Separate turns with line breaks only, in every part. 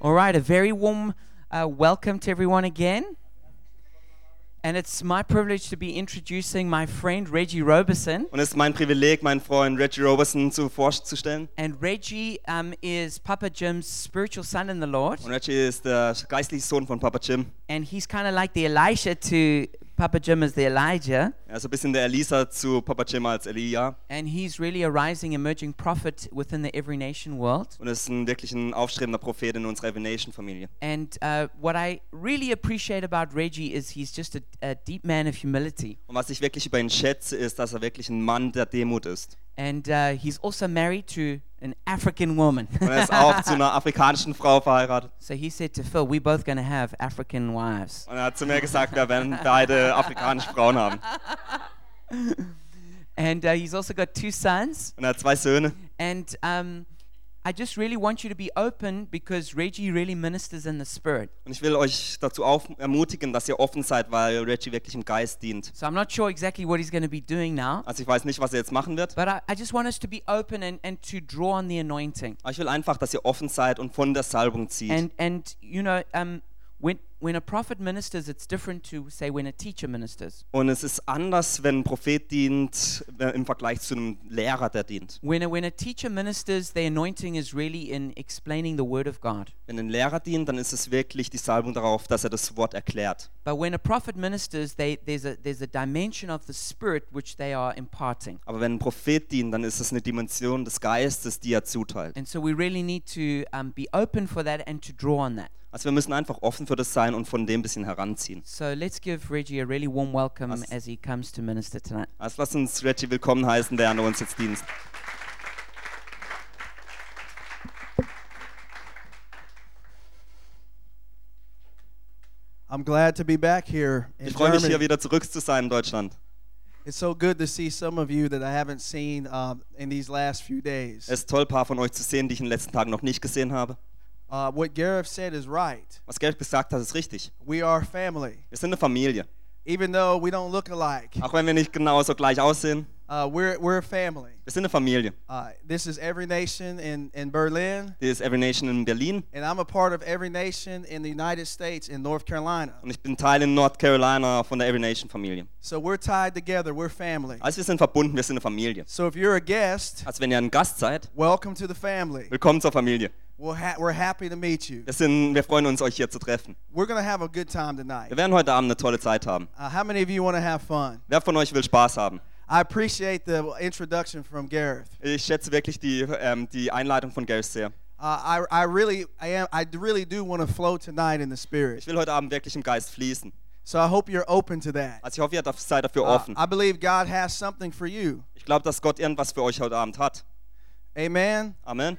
All right, a very warm uh, welcome to everyone again. And it's my privilege to be introducing my friend Reggie Robeson.
Und es ist mein Privileg, meinen Freund Reggie Roberson zu vorzustellen.
And Reggie um, is Papa Jim's spiritual son in the Lord.
Und Reggie ist der geistliche Sohn von Papa Jim.
And he's kind of like the Elisha to Papa Jim as the Elijah.
Er ist so ein bisschen der Elisa zu Papa Jim als Elia.
And he's really a rising, emerging prophet within the Every Nation world.
Und ist ein wirklich ein aufstrebender Prophet in unserer Every Nation Familie.
And uh, what I really appreciate about Reggie is he's just a, a deep man of humility.
Und was ich wirklich über ihn schätze, ist, dass er wirklich ein Mann der Demut ist.
And uh, he's also married to an African woman.
Und er ist auch zu einer afrikanischen Frau verheiratet.
so he said to Phil, We're both going to have African wives.
Und er hat zu mir gesagt, wir werden beide afrikanische Frauen haben.
And uh, he's also got two sons.
Und er hat zwei Söhne.
And um, I just really want you to be open because Reggie really ministers in the spirit.
Und ich will euch dazu auf ermutigen, dass ihr offen seid, weil Reggie wirklich im Geist dient.
So I'm not sure exactly what he's going to be doing now.
Also ich weiß nicht, was er jetzt machen wird.
But I, I just want us to be open and, and to draw on the anointing.
Aber ich will einfach, dass ihr offen seid und von der Salbung zieht.
And, and you know, um, when, when a prophet ministers, it's different to, say, when a teacher ministers.
und es ist anders, wenn ein Prophet dient äh, im Vergleich zu einem Lehrer, der dient.
When a, when a teacher ministers, the anointing is really in explaining the word of God.
Wenn ein Lehrer dient, dann ist es wirklich die Salbung darauf, dass er das Wort erklärt.
But when a prophet ministers, they, there's, a, there's a dimension of the spirit which they are imparting.
Aber wenn ein Prophet dient, dann ist es eine Dimension des Geistes, die er zuteilt.
And so we really need to um, be open for that and to draw on that.
Also wir müssen einfach offen für das sein und von dem ein bisschen heranziehen.
So let's give Reggie a really warm welcome
Us-
as he comes to minister tonight.
Also lasst uns Reggie willkommen heißen, während er uns jetzt dient.
I'm glad to be back here in
Ich freue mich, hier
Germany.
wieder zurück zu sein in Deutschland.
It's so good to see some of you that I haven't seen uh, in these last few days.
Es ist toll, ein paar von euch zu sehen, die ich in den letzten Tagen noch nicht gesehen habe.
Uh, what Gareth said is right.
Was Gerd gesagt hat, ist richtig.
We are family.
Wir sind eine Familie.
Even though we don't look alike,
Auch wenn wir nicht genau so gleich aussehen,
uh, we're, we're a family.
wir sind eine Familie.
Uh, this is Every Nation in, in Berlin,
Die ist Every Nation in Berlin
and I'm a part of Every Nation in the United States in North Carolina.
und ich bin Teil in North Carolina von der Every Nation Familie.
So we're tied together, we're family.
Also wir sind verbunden, wir sind eine Familie.
So if you're a guest,
Also wenn ihr ein Gast seid,
welcome to the family.
willkommen zur Familie.
We'll ha- we're happy to meet you.
Wir, sind, wir freuen uns, euch hier zu treffen.
We're going to have a good time tonight.
Wir werden heute Abend eine tolle Zeit haben.
Uh, how many of you want to have fun?
Wer von euch will Spaß haben?
I appreciate the introduction from Gareth.
Ich schätze wirklich die, ähm, die Einleitung von Gareth sehr.
Uh, I, I really I am I really do want to flow tonight in the
Ich
spirit.
will heute Abend wirklich im Geist fließen.
So I hope you're open to that.
Also ich hoffe, ihr darf- seid dafür
Uh,
offen.
I believe God has something for you.
Ich glaube, dass Gott irgendwas für euch heute Abend hat.
Amen.
Amen.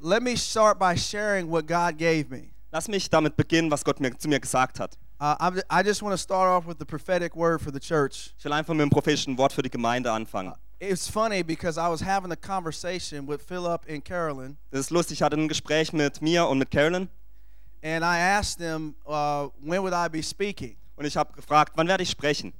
Let me start by sharing what God gave me.
Lass mich damit beginnen, was Gott mir, zu mir gesagt hat.
Uh, I'm, I just want to start off with the prophetic word for the church.
Ich will einfach mit dem prophetischen Wort für die Gemeinde anfangen.
It's funny because I was having a conversation with Philip and Carolyn,
Das ist lustig, ich hatte ein Gespräch mit mir und mit Carolyn
and I asked them uh, when would I be speaking.
und ich habe gefragt, wann werde ich sprechen?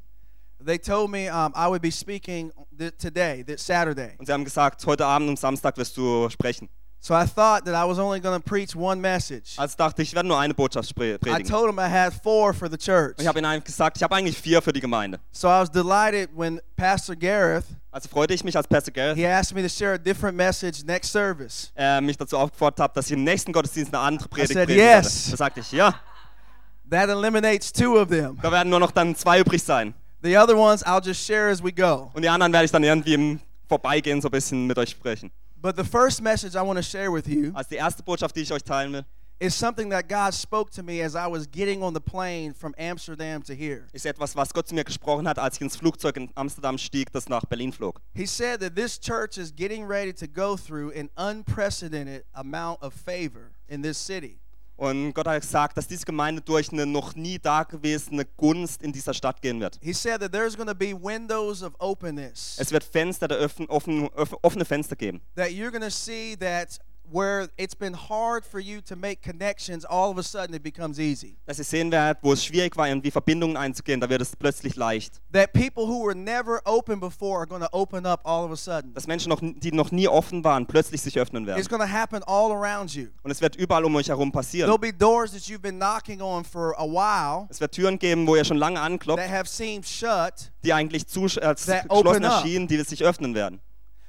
They told me um, I would be speaking th- today, this Saturday.
Und sie haben gesagt, heute Abend und Samstag wirst du sprechen.
So I thought that I was only going to preach one message.
Also dachte ich, ich werde nur eine Botschaft spre-
I
predigen. Und
told him I had four for the church.
ich habe ihnen eigentlich gesagt, ich habe eigentlich vier für die Gemeinde.
So I was delighted when Pastor Gareth
Also freute ich mich als Pastor Gareth,
he asked me to share a different message next service.
äh, mich dazu aufgefordert habe, dass ich im nächsten Gottesdienst eine andere Predigt
said
predigen
yes.
werde. Da sagte ich, ja,
That eliminates two of them.
da werden nur noch dann zwei übrig sein.
The other ones I'll just share as we go.
Und die anderen werde ich dann irgendwie im Vorbeigehen so ein bisschen mit euch sprechen.
But the first message I want to share with you
Also die erste Botschaft, die ich euch teilen will,
is something that God spoke to me as I was getting on the plane from Amsterdam to here.
ist etwas, was Gott zu mir gesprochen hat, als ich ins Flugzeug in Amsterdam stieg, das nach Berlin flog.
He said that this church is getting ready to go through an unprecedented amount of favor in this city.
Und Gott hat gesagt, dass diese Gemeinde durch eine noch nie dagewesene Gunst in dieser Stadt gehen wird.
He said that there's going to be windows of openness.
Es wird Fenster der Öffn- offen, öff- offene Fenster geben.
that you're going to see that where it's been hard for you to make connections, all of a sudden it becomes easy.
Dass ihr sehen werdet, wo es schwierig war, irgendwie Verbindungen einzugehen, da wird es plötzlich leicht.
That people who were never open before are going to open up all of a sudden.
Dass Menschen, noch, die noch nie offen waren, plötzlich sich öffnen werden.
It's going to happen all around you.
Und es wird überall um euch herum passieren.
There'll be doors that you've been knocking on for a while
Es wird Türen geben, wo ihr schon lange anklopft,
that have seemed shut.
die eigentlich zusch- als
That open
geschlossen
up.
erschienen, die sich öffnen werden.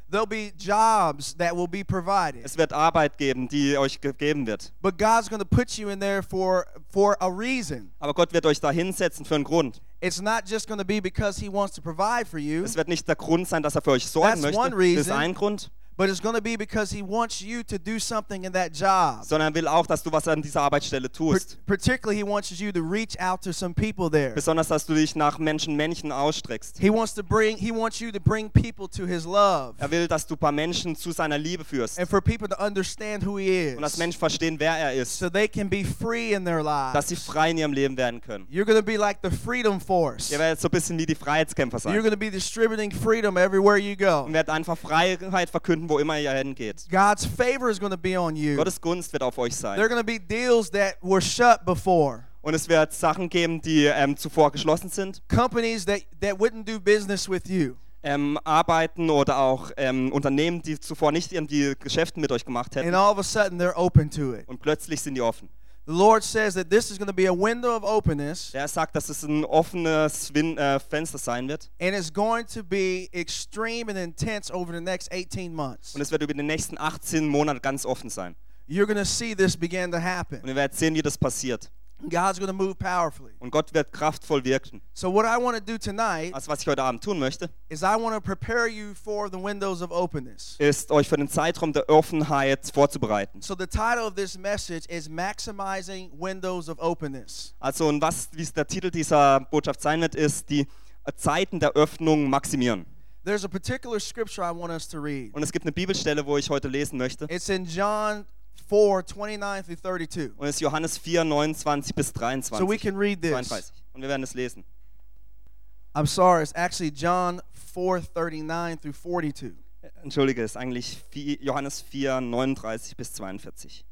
There'll be jobs that will be provided.
Es wird Arbeit geben, die euch gegeben wird.
But God's going to put you in there for for a reason.
Aber Gott wird euch da hinsetzen für einen Grund.
It's not just going to be because he wants to provide for you,
Es wird nicht der Grund sein, dass er für euch sorgen
That's
möchte.
one reason.
Das ist ein Grund.
but it's going to be because he wants you to do something in that job.
Sondern er will auch, dass du was an dieser Arbeitsstelle
Par-
tust.
particularly, he wants you to reach out to some people there.
Besonders, dass du dich nach Menschen, Menschen ausstreckst.
He wants to bring he wants you to bring people to his love
Er will, dass du ein paar Menschen zu seiner Liebe führst.
and for people to understand who he
Und dass
is.
Menschen verstehen, wer er ist.
So they can be free in their
Dass sie
lives.
frei in ihrem Leben werden können.
You're going to be like the freedom force.
Ihr werdet so ein bisschen wie die Freiheitskämpfer
You're
sein.
going to be distributing freedom everywhere you
Und
go.
werdet einfach Freiheit verkünden, wo immer ihr hingeht.
God's favor is going to be on you.
Gottes Gunst wird auf euch
There are
sein.
going to be deals that were shut before.
Und es wird Sachen geben, die ähm, zuvor geschlossen sind.
Companies that, that wouldn't do business with you.
Ähm, Arbeiten oder auch ähm, Unternehmen, die zuvor nicht irgendwie Geschäften mit euch gemacht
And
hätten.
all of a sudden they're open to it.
Und plötzlich sind die offen.
The Lord says that this is going to be a window of openness
Der sagt, dass es ein offenes Win äh, Fenster sein wird.
and it's going to be extreme and intense over the next 18 months.
Und es wird über die nächsten 18 Monate ganz offen sein.
You're going to see this begin to
Und
happen.
ihr werdet sehen, wie das passiert.
God's going to move powerfully.
Und Gott wird kraftvoll wirken.
So what I want to do tonight
Also was ich heute Abend tun möchte,
is I want to prepare you for the windows of openness.
ist euch für den Zeitraum der Offenheit vorzubereiten.
So the title of this message is maximizing windows of openness.
Also und was wie es der Titel dieser Botschaft sein wird, ist die Zeiten der Öffnung maximieren.
There's a particular scripture I want us to read.
Und es gibt eine Bibelstelle, wo ich heute lesen möchte.
It's in John 4 29 through 32.
Und es ist Johannes 4, 29 bis
So we
23.
can read this.
32. Und wir werden es lesen.
I'm sorry, it's actually John 4 39 through 42.
Entschuldige, es ist eigentlich vi- Johannes 4, 39 bis 42.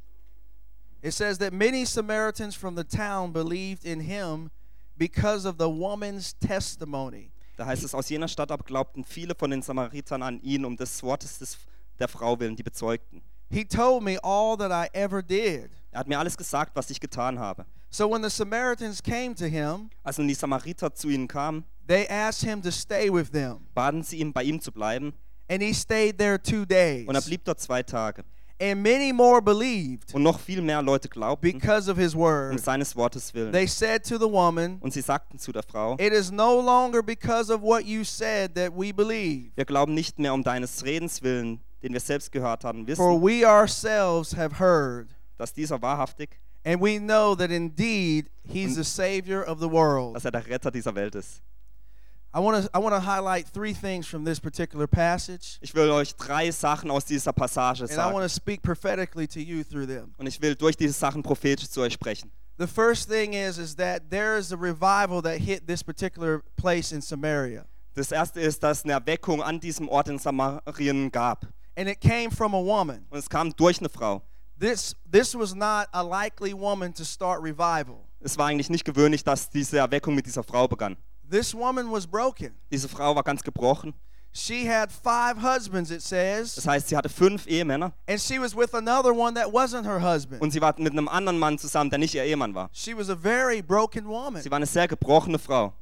It says that many Samaritans from the town believed in him because of the woman's testimony.
Da heißt es, aus jener Stadt ab glaubten viele von den Samaritern an ihn um des Wortes des, der Frau willen, die bezeugten.
He told me all that I ever did.
Er hat mir alles gesagt, was ich getan habe.
So when the Samaritans came to him,
Als nun die Samariter zu ihnen kamen,
they asked him to stay with them.
baten sie ihn, bei ihm zu bleiben.
And he stayed there two days.
Und er blieb dort zwei Tage.
And many more believed
Und noch viel mehr Leute glaubten,
because of his
um
word.
seines Wortes willen.
They said to the woman,
Und sie sagten zu der Frau,
It is no longer because of what you said that we believe,
wir glauben nicht mehr um deines Redens willen, den wir selbst gehört haben, wissen,
for we ourselves have heard,
dass dieser wahrhaftig,
and we know that indeed he's the Savior of the world.
dass er der Retter dieser Welt ist.
I want to I want to highlight three things from this particular passage,
Ich will euch drei Sachen aus dieser Passage
and I want
sagen.
to speak prophetically to you through them.
Und ich will durch diese Sachen prophetisch zu euch sprechen.
The first thing is is that there is a revival that hit this particular place in Samaria,
Das erste ist, dass es eine Erweckung an diesem Ort in Samarien gab.
and it came from a woman.
Und es kam durch eine Frau.
This this was not a likely woman to start revival.
Es war eigentlich nicht gewöhnlich, dass diese Erweckung mit dieser Frau begann.
This woman was broken.
Diese Frau war ganz gebrochen.
She had five husbands, it
Das
says,
heißt, sie hatte fünf Ehemänner
and she was with another one that wasn't her husband.
und sie war mit einem anderen Mann zusammen, der nicht ihr Ehemann war.
She was a very broken woman.
Sie war eine sehr gebrochene Frau.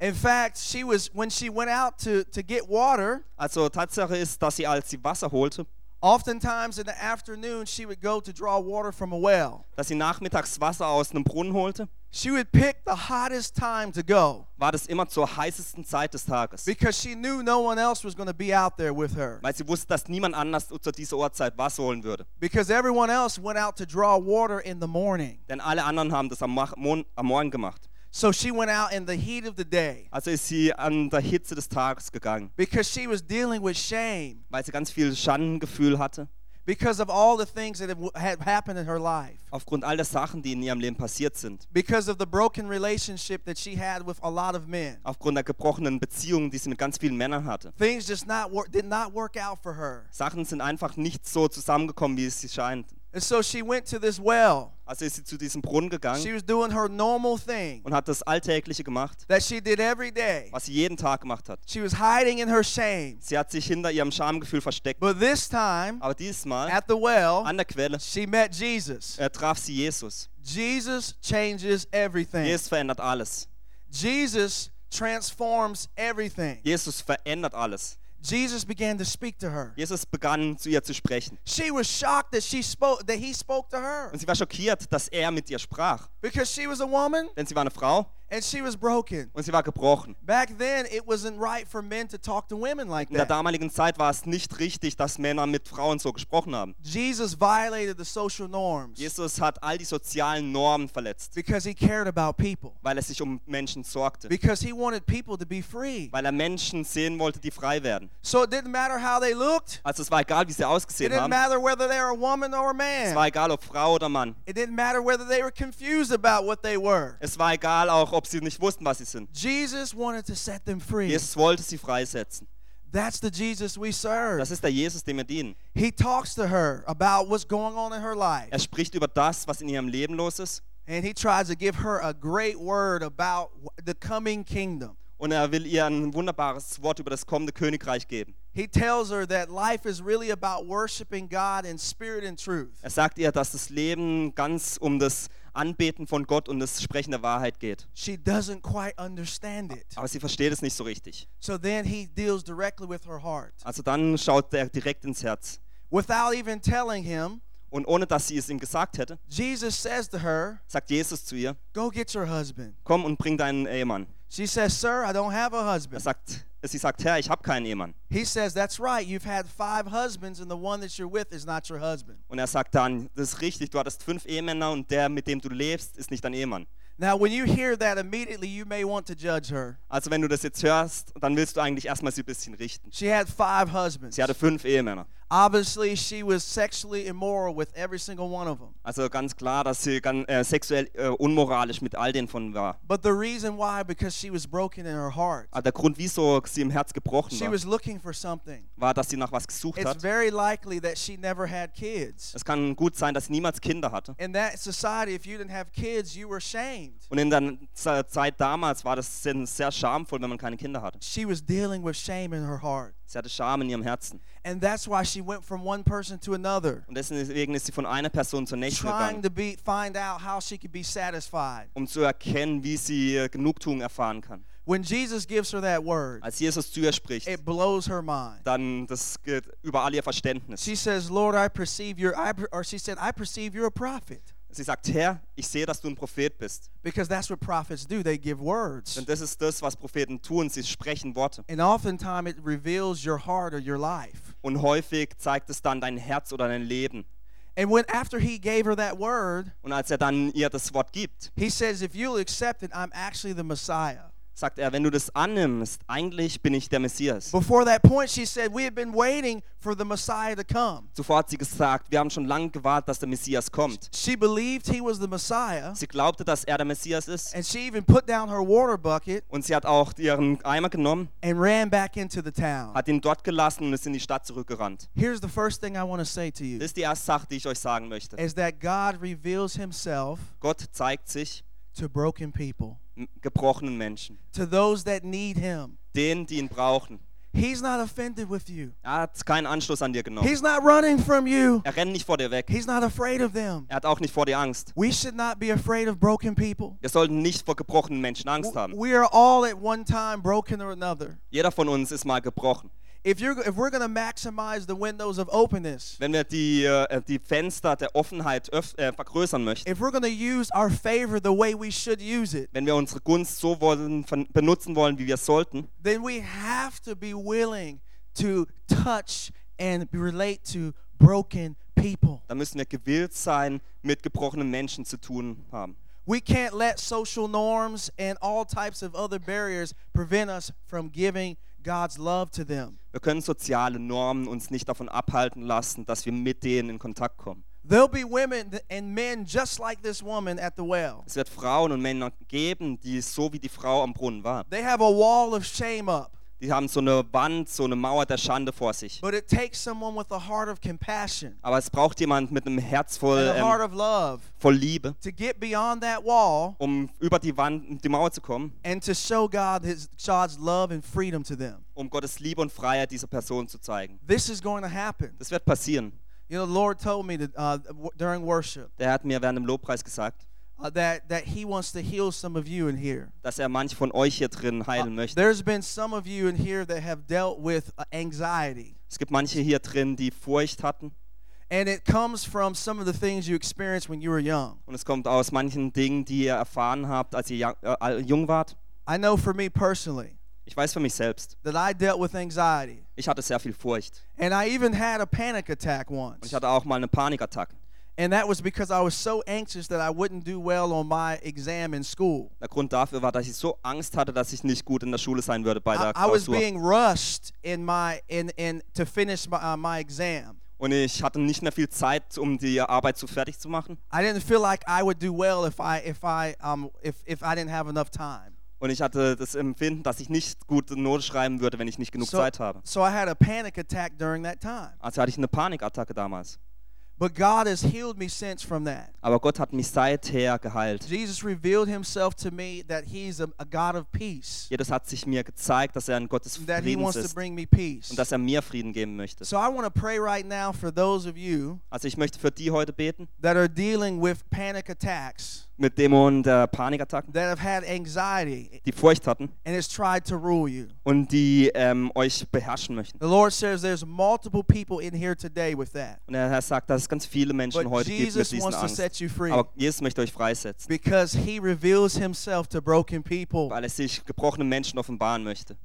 In fact, she was when she went out to, to get water,
Also Tatsache ist, dass sie, als sie Wasser holte,
oftentimes in the afternoon she would go to draw water from a well.
dass sie nachmittags Wasser aus einem Brunnen holte,
She would pick the hottest time to go
war das immer zur heißesten Zeit des Tages.
because she knew no one else was going to be out there with her.
Weil sie wusste, dass niemand anders zu dieser Uhrzeit Wasser holen würde.
Because everyone else went out to draw water in the morning.
Denn alle anderen haben das am, Mach- Mon- am Morgen gemacht.
So she went out in the heat of the day
Also ist sie an der Hitze des Tages gegangen,
because she was dealing with shame.
weil sie ganz viel Schandengefühl hatte,
because of all the things that have w- had happened in her life,
aufgrund all der Sachen, die in ihrem Leben passiert sind,
because of the broken relationship that she had with a lot of men.
aufgrund der gebrochenen Beziehungen, die sie mit ganz vielen Männern hatte.
Things just not wor- did not work out for her.
Sachen sind einfach nicht so zusammengekommen, wie es sie scheint.
And so she went to this well.
Also ist sie zu diesem Brunnen
She
gegangen
was doing her normal thing
und hat das Alltägliche gemacht,
that she did every day.
was sie jeden Tag gemacht hat.
She was hiding in her shame.
Sie hat sich hinter ihrem Schamgefühl versteckt.
But this time,
Aber dieses Mal,
at the well,
an der Quelle,
she met Jesus.
äh, traf sie Jesus.
Jesus changes everything.
Jesus verändert alles.
Jesus transforms everything.
Jesus verändert alles.
Jesus began to speak to her.
Jesus begann zu ihr zu sprechen.
She was shocked that she spoke that he spoke to her
Und sie war schockiert, dass er mit ihr sprach.
because she was a woman
Denn sie war eine Frau
and she was broken.
und sie war gebrochen.
Back then it wasn't right for men to talk to women like
In der
that.
damaligen Zeit war es nicht richtig, dass Männer mit Frauen so gesprochen haben.
Jesus violated the social norms
Jesus hat all die sozialen Normen verletzt,
because he cared about people.
weil er sich um Menschen sorgte,
Because he wanted people to be free.
weil er Menschen sehen wollte, die frei werden.
So it didn't matter how they looked.
Also es war egal, wie sie
It
ausgesehen
didn't
haben.
matter whether they were a woman or a
Es war
man.
egal, ob Frau oder Mann.
It didn't matter whether they were confused about what they were.
Es war egal auch, ob sie nicht wussten, was sie sind.
Jesus wanted to set them free.
Jesus wollte sie freisetzen.
That's the Jesus we
Das
serve.
ist der Jesus, dem wir dienen.
He talks to her about what's going on in her life.
Er spricht über das, was in ihrem Leben los ist.
And he tries to give her a great word about w- the coming kingdom.
Und er will ihr ein wunderbares Wort über das kommende Königreich geben.
He tells her that life is really about worshiping God in spirit and truth.
Er sagt ihr, dass das Leben ganz um das Anbeten von Gott und das Sprechen der Wahrheit geht.
She doesn't quite understand it.
Aber sie versteht es nicht so richtig.
So then he deals directly with her heart.
Also dann schaut er direkt ins Herz.
Without even telling him,
Und ohne dass sie es ihm gesagt hätte,
Jesus says to her,
sagt Jesus zu ihr,
Go get your husband.
komm und bring deinen Ehemann.
She says, Sir, I don't have a
Er
husband.
sagt, sie sagt, Herr, ich habe keinen Ehemann.
He says, That's right. You've had five husbands, and the one that you're with is not your husband.
Und er sagt dann, das ist richtig, du hattest fünf Ehemänner und der, mit dem du lebst, ist nicht dein Ehemann.
Now, when you hear that immediately, you may want to judge her.
Also wenn du das jetzt hörst, dann willst du eigentlich erstmal sie ein bisschen richten.
She had five husbands.
Sie hatte fünf Ehemänner.
Obviously, she was sexually immoral with every single one of them.
Also ganz klar, dass sie ganz, äh, sexuell äh, unmoralisch mit all denen von war.
But the reason why, because she was broken in her heart.
Aber der Grund, wieso sie im Herz gebrochen
She
war,
was looking for something.
war, dass sie nach was gesucht
It's
hat.
very likely that she never had kids.
Es kann gut sein, dass sie niemals Kinder hatte.
In that society, if you didn't have kids, you were shamed.
Und in der Z- Zeit damals war das sehr, sehr schamvoll, wenn man keine Kinder hatte.
She was dealing with shame in her heart.
Sie hatte Scham in ihrem Herzen.
And that's why she went from one person to another,
Und deswegen ist sie von einer Person zur nächsten
trying
gegangen,
to be, find out how she could be satisfied.
um zu erkennen, wie sie äh, Genugtuung erfahren kann.
When Jesus gives her that word,
Als Jesus zu ihr spricht,
it blows her mind.
dann das geht über all ihr Verständnis.
She says, Lord, I perceive you're, I, per- or she said, I perceive you're a prophet.
Sie sagt, Herr, ich sehe, dass du ein Prophet bist.
Because that's what prophets do, they give words.
Denn das ist das, was Propheten tun. Sie sprechen Worte.
And oftentimes it reveals your heart or your life.
Und häufig zeigt es dann dein Herz oder dein Leben.
And when after he gave her that word,
Und als er dann ihr das Wort gibt,
he says, If you'll accept it, I'm actually the Messiah.
sagt er, wenn du das annimmst, eigentlich bin ich der Messias.
Before that point, she said, We had been waiting for the Messiah to come.
Zuvor hat sie gesagt, wir haben schon lange gewartet, dass der Messias kommt.
She believed he was the Messiah,
Sie glaubte, dass er der Messias ist.
and she even put down her water bucket
Und sie hat auch ihren Eimer genommen,
and ran back into the town.
hat ihn dort gelassen und ist in die Stadt zurückgerannt.
Here's the first thing I want to say to you
Das ist die erste Sache, die ich euch sagen möchte.
is that God reveals himself
Gott zeigt sich
to broken people,
m- gebrochenen Menschen,
to those that need him.
denen, die ihn brauchen.
He's not offended with you.
Er hat keinen Anschluss an dir genommen.
He's not running from you.
Er rennt nicht vor dir weg.
He's not afraid of them.
Er hat auch nicht vor dir Angst.
We should not be afraid of broken people.
Wir sollten nicht vor gebrochenen Menschen Angst haben.
We are all at one time broken or another.
Jeder von uns ist mal gebrochen.
If you're if we're going to maximize the windows of openness,
Wenn wir die, äh, die Fenster der Offenheit öff äh, vergrößern möchten,
if we're going to use our favor the way we should use it,
wenn wir unsere Gunst so wollen, von, benutzen wollen, wie wir es sollten,
then we have to be willing to touch and relate to broken people.
dann müssen wir gewillt sein, mit gebrochenen Menschen zu tun haben.
We can't let social norms and all types of other barriers prevent us from giving God's love to them.
Wir können soziale Normen uns nicht davon abhalten lassen, dass wir mit denen in Kontakt kommen.
There'll be women th- and men just like this woman at the well.
Es wird Frauen und Männer geben, die so wie die Frau am Brunnen war.
They have a wall of shame up,
Die haben so eine Wand, so eine Mauer der Schande vor sich.
but it takes someone with a heart of compassion
Aber es braucht jemand mit einem Herz voll,
and a heart
ähm,
of love
voll Liebe,
to get beyond that wall
um über die Wand, die Mauer zu kommen,
and to show God his God's love and freedom to them.
um Gottes Liebe und Freiheit dieser Person zu zeigen.
This is going to happen.
Das wird passieren.
You know, the Lord told me to, uh, w- during worship
Der Herr hat mir während dem Lobpreis gesagt,
uh, that that He wants to heal some of you in here.
dass er manche von euch hier drin
Uh,
heilen möchte.
there's been some of you in here that have dealt with uh, anxiety,
Es gibt manche hier drin, die Furcht hatten.
and it comes from some of the things you experienced when you were young.
Und es kommt aus manchen Dingen, die ihr erfahren habt, als ihr ja- äh, jung wart.
I know for me personally
Ich weiß für mich selbst,
that I dealt with anxiety,
ich hatte sehr viel Furcht.
and I even had a panic attack
Und
once.
ich hatte auch mal eine Panikattacke.
And that was because I was so anxious that I wouldn't do well on my exam in school.
Der Grund dafür war, dass ich so Angst hatte, dass ich nicht gut in der Schule sein würde bei
I,
der
I was
Klausur.
being rushed in my in in to finish my, uh, my exam.
Und ich hatte nicht mehr viel Zeit, um die Arbeit so fertig zu machen.
I didn't feel like I would do well if I if I um if if I didn't have enough time.
Und ich hatte das Empfinden, dass ich nicht gute Note schreiben würde, wenn ich nicht genug Zeit habe.
so I had a panic attack during that time.
Also hatte ich eine Panikattacke damals.
But God has healed me since from that.
Aber Gott hat mich seither geheilt.
Jesus revealed himself to me that he's a, a God of peace.
Jesus hat sich mir gezeigt, dass er ein Gottes
That he
Friedens
wants to
ist
bring me peace.
und dass er mir Frieden geben möchte.
So I want to pray right now for those of you
Also ich möchte für die heute beten,
that are dealing with panic attacks,
mit Dämonen der Panikattacken,
that have had anxiety
die Furcht hatten
and it's tried to rule you.
und die ähm, euch beherrschen möchten.
The Lord says there's multiple people in here today with that.
Und der Herr sagt, dass es ganz viele Menschen
But
heute gibt mit
Jesus
diesen
wants to
Angst.
set you free.
Aber Jesus möchte euch freisetzen,
Because he reveals himself to broken people.
weil er sich gebrochenen Menschen offenbaren möchte.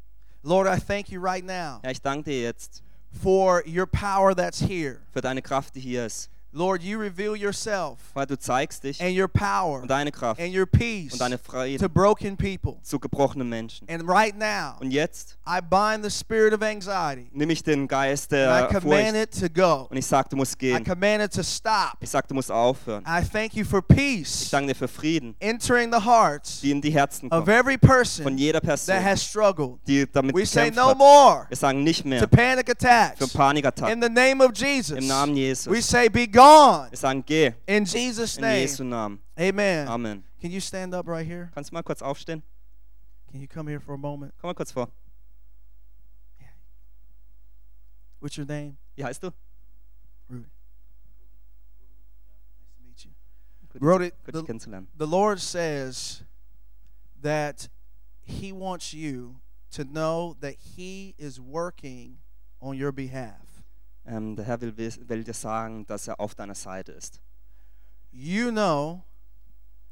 Lord, I thank you right now
Herr, ich danke dir jetzt
for your power that's here.
für deine Kraft, die hier ist.
Lord, you reveal yourself
Weil du zeigst dich
and your power
und deine Kraft
and your peace
und deine
to
Freiheit
broken people.
zu gebrochenen Menschen.
And right now,
Und jetzt
I bind the spirit of anxiety
nehme ich den Geist
and I
der
command
Furcht
it to go.
und ich sage, du musst
I
gehen.
command it to stop.
Ich sage, du musst aufhören.
I thank you for
Ich
peace
danke dir für Frieden,
entering the hearts
die in die Herzen
of
kommt.
every
Von
person
jeder
that
Person,
has struggled.
die damit
We say
gekämpft
no
hat.
more
Wir sagen nicht
to
mehr
panic
für
attacks. In
Panikattacken.
the name of Jesus.
Im Namen
We
Jesus.
say, Be gone.
Wir sagen, geh.
In Jesus'
In
name.
Jesu Namen.
Amen.
Amen.
Can you stand up right here?
Kannst du mal kurz aufstehen?
Can you come here for a moment?
Komm mal kurz vor.
What's your name?
Wie heißt du?
Rudy. Nice to meet you.
Gut,
Rudy,
gut dich
the,
kennenzulernen.
the Lord says that He wants you to know that He is working on your behalf.
Ähm, der Herr will, wiss- will dir sagen, dass er auf deiner Seite ist.
You know,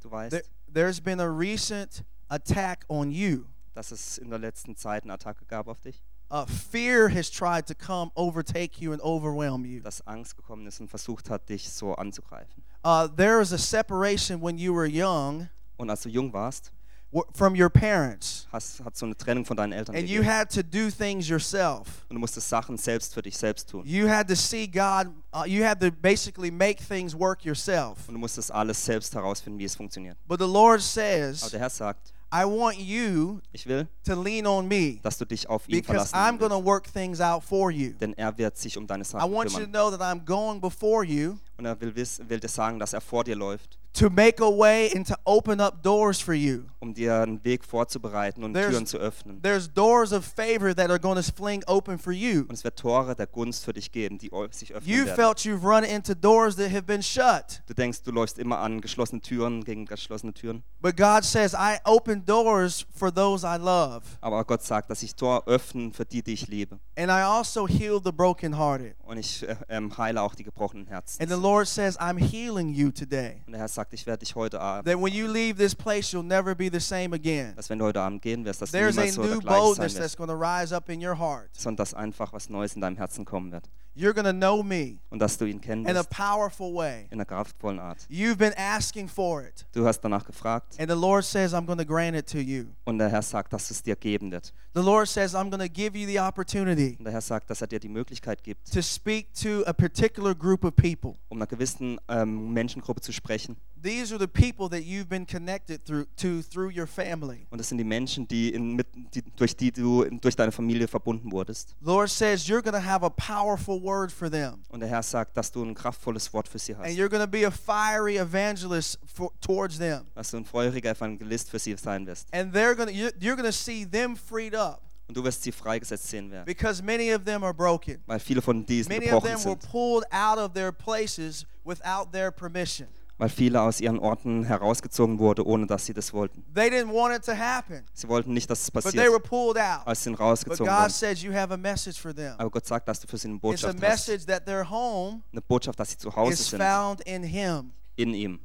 Du weißt,
that there's been a recent attack on you.
dass es in der letzten Zeit eine Attacke gab auf dich,
Uh, fear has tried to come overtake you and overwhelm you.
dass Angst gekommen ist und versucht hat, dich so anzugreifen.
Uh, there is a separation when you were young
Und als du jung warst,
w- from your parents,
hast, hat so eine Trennung von deinen Eltern
and you
gegeben.
had to do things yourself.
und du musstest Sachen selbst für dich selbst tun.
You had to see God. Uh, you had to basically make things work yourself.
Und du musstest alles selbst herausfinden, wie es funktioniert.
But the Lord
Aber
says,
der Herr sagt,
I want you
ich will,
to lean on me
dass du dich auf ihn
because
verlassen
I'm going to
willst,
work things out for you.
denn er wird sich um deine
I
Sachen
want you to
kümmern.
know that I'm going before you
Und er will, wiss, will dir sagen, dass er vor dir läuft,
to make a way and to open up doors for you.
um dir einen Weg vorzubereiten und
There's-
Türen zu öffnen.
There's doors of favor that are going to fling open for you.
Und es wird Tore der Gunst für dich geben, die eu- sich öffnen
You
werden.
felt you've run into doors that have been shut.
Du denkst, du läufst immer an geschlossene Türen gegen geschlossene Türen.
But God says, I open doors for those I love,
Aber Gott sagt, dass ich Tor öffnen für die, die ich liebe.
and I also heal the brokenhearted.
Und ich äh, ähm, heile auch die gebrochenen
And the
Herzen.
Lord says, I'm healing you today.
Und der Herr sagt, ich werde dich heute Abend,
That when you leave this place, you'll never be the same again.
dass wenn du heute Abend gehen wirst, dass du
There's
niemals
a
so der
new
gleiche sein
boldness
wirst,
that's going to rise up in your heart.
sondern dass einfach was Neues in deinem Herzen kommen wird.
You're going to know me
und dass du ihn
in a
kennst
powerful way.
in einer kraftvollen Art.
You've been asking for it.
Du hast danach gefragt
And the Lord says, I'm going to grant it to you.
und der Herr sagt, dass es dir geben wird.
The Lord says, I'm going to give you the opportunity
Und der Herr sagt, dass er dir die Möglichkeit gibt,
to speak to a particular group of people.
um einer gewissen ähm, Menschengruppe zu sprechen.
These are the people that you've been connected through, to through your family.
Und das sind die Menschen, die, in, mit, die durch die du in, durch deine Familie verbunden wurdest.
The Lord says, You're going to have a powerful word for them.
Und der Herr sagt, dass du ein kraftvolles Wort für sie
And
hast.
you're going to be a fiery evangelist for, towards them.
Dass du ein feuriger Evangelist für sie sein wirst.
And they're going to, you're, you're going to see them freed up
Und du wirst sie freigesetzt sehen werden.
because many of them are broken.
Weil viele von diesen
Many of
gebrochen
them were
sind.
pulled out of their places without their permission.
Weil viele aus ihren Orten herausgezogen wurden, ohne dass sie das wollten.
They didn't want it to happen,
Sie wollten nicht, dass es
but they were
passiert,
pulled out.
als sie sind
But
rausgezogen
God
wurden.
says you have a message for them.
Aber Gott sagt, dass du für sie eine
It's a
Botschaft hast.
message that their home
Eine Botschaft, dass sie zu Hause
is
sind,
found in Him.
in ihm.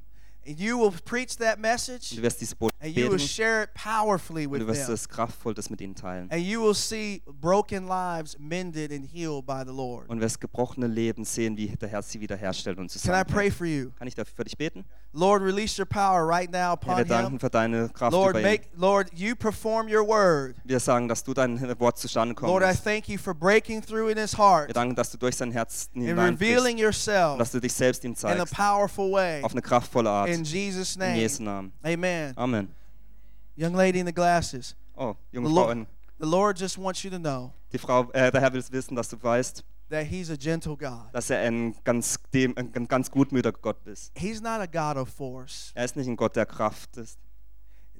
And you will preach that
Und du
message
wirst diese Botschaft
and you will
beten
share it powerfully
und
with
du wirst
them.
das kraftvoll das mit ihnen teilen.
And you will see broken lives mended and healed by the Lord.
Und wirst gebrochene Leben sehen, wie der Herr sie wiederherstellt und
Can I
zusammen.
pray for you?
Kann ich dafür für dich beten?
Lord, release your power right now
Herr, wir
upon
danken
him.
für deine Kraft
Lord,
über ihn.
make Lord, you perform your word.
Wir sagen, dass du dein Wort zustande kommst.
Lord, I
Wir
thank you for breaking through in his heart
danken, dass du durch sein Herz
and
hineinbrichst
revealing
und dass
yourself
du dich selbst ihm
in a
zeigst.
powerful way.
Auf eine kraftvolle Art.
In
In
Jesus' name.
Jesu Namen.
Amen.
Amen.
Young lady in the glasses.
Oh, junge
The Lord,
Frauen.
the Lord just wants you to know
Die Frau, äh, der Herr will wissen, dass du weißt,
that he's a gentle God.
dass er ein ganz, dem, ein ganz- ganz gutmütiger Gott ist.
He's not a God of force.
Er ist nicht ein Gott der Kraft ist.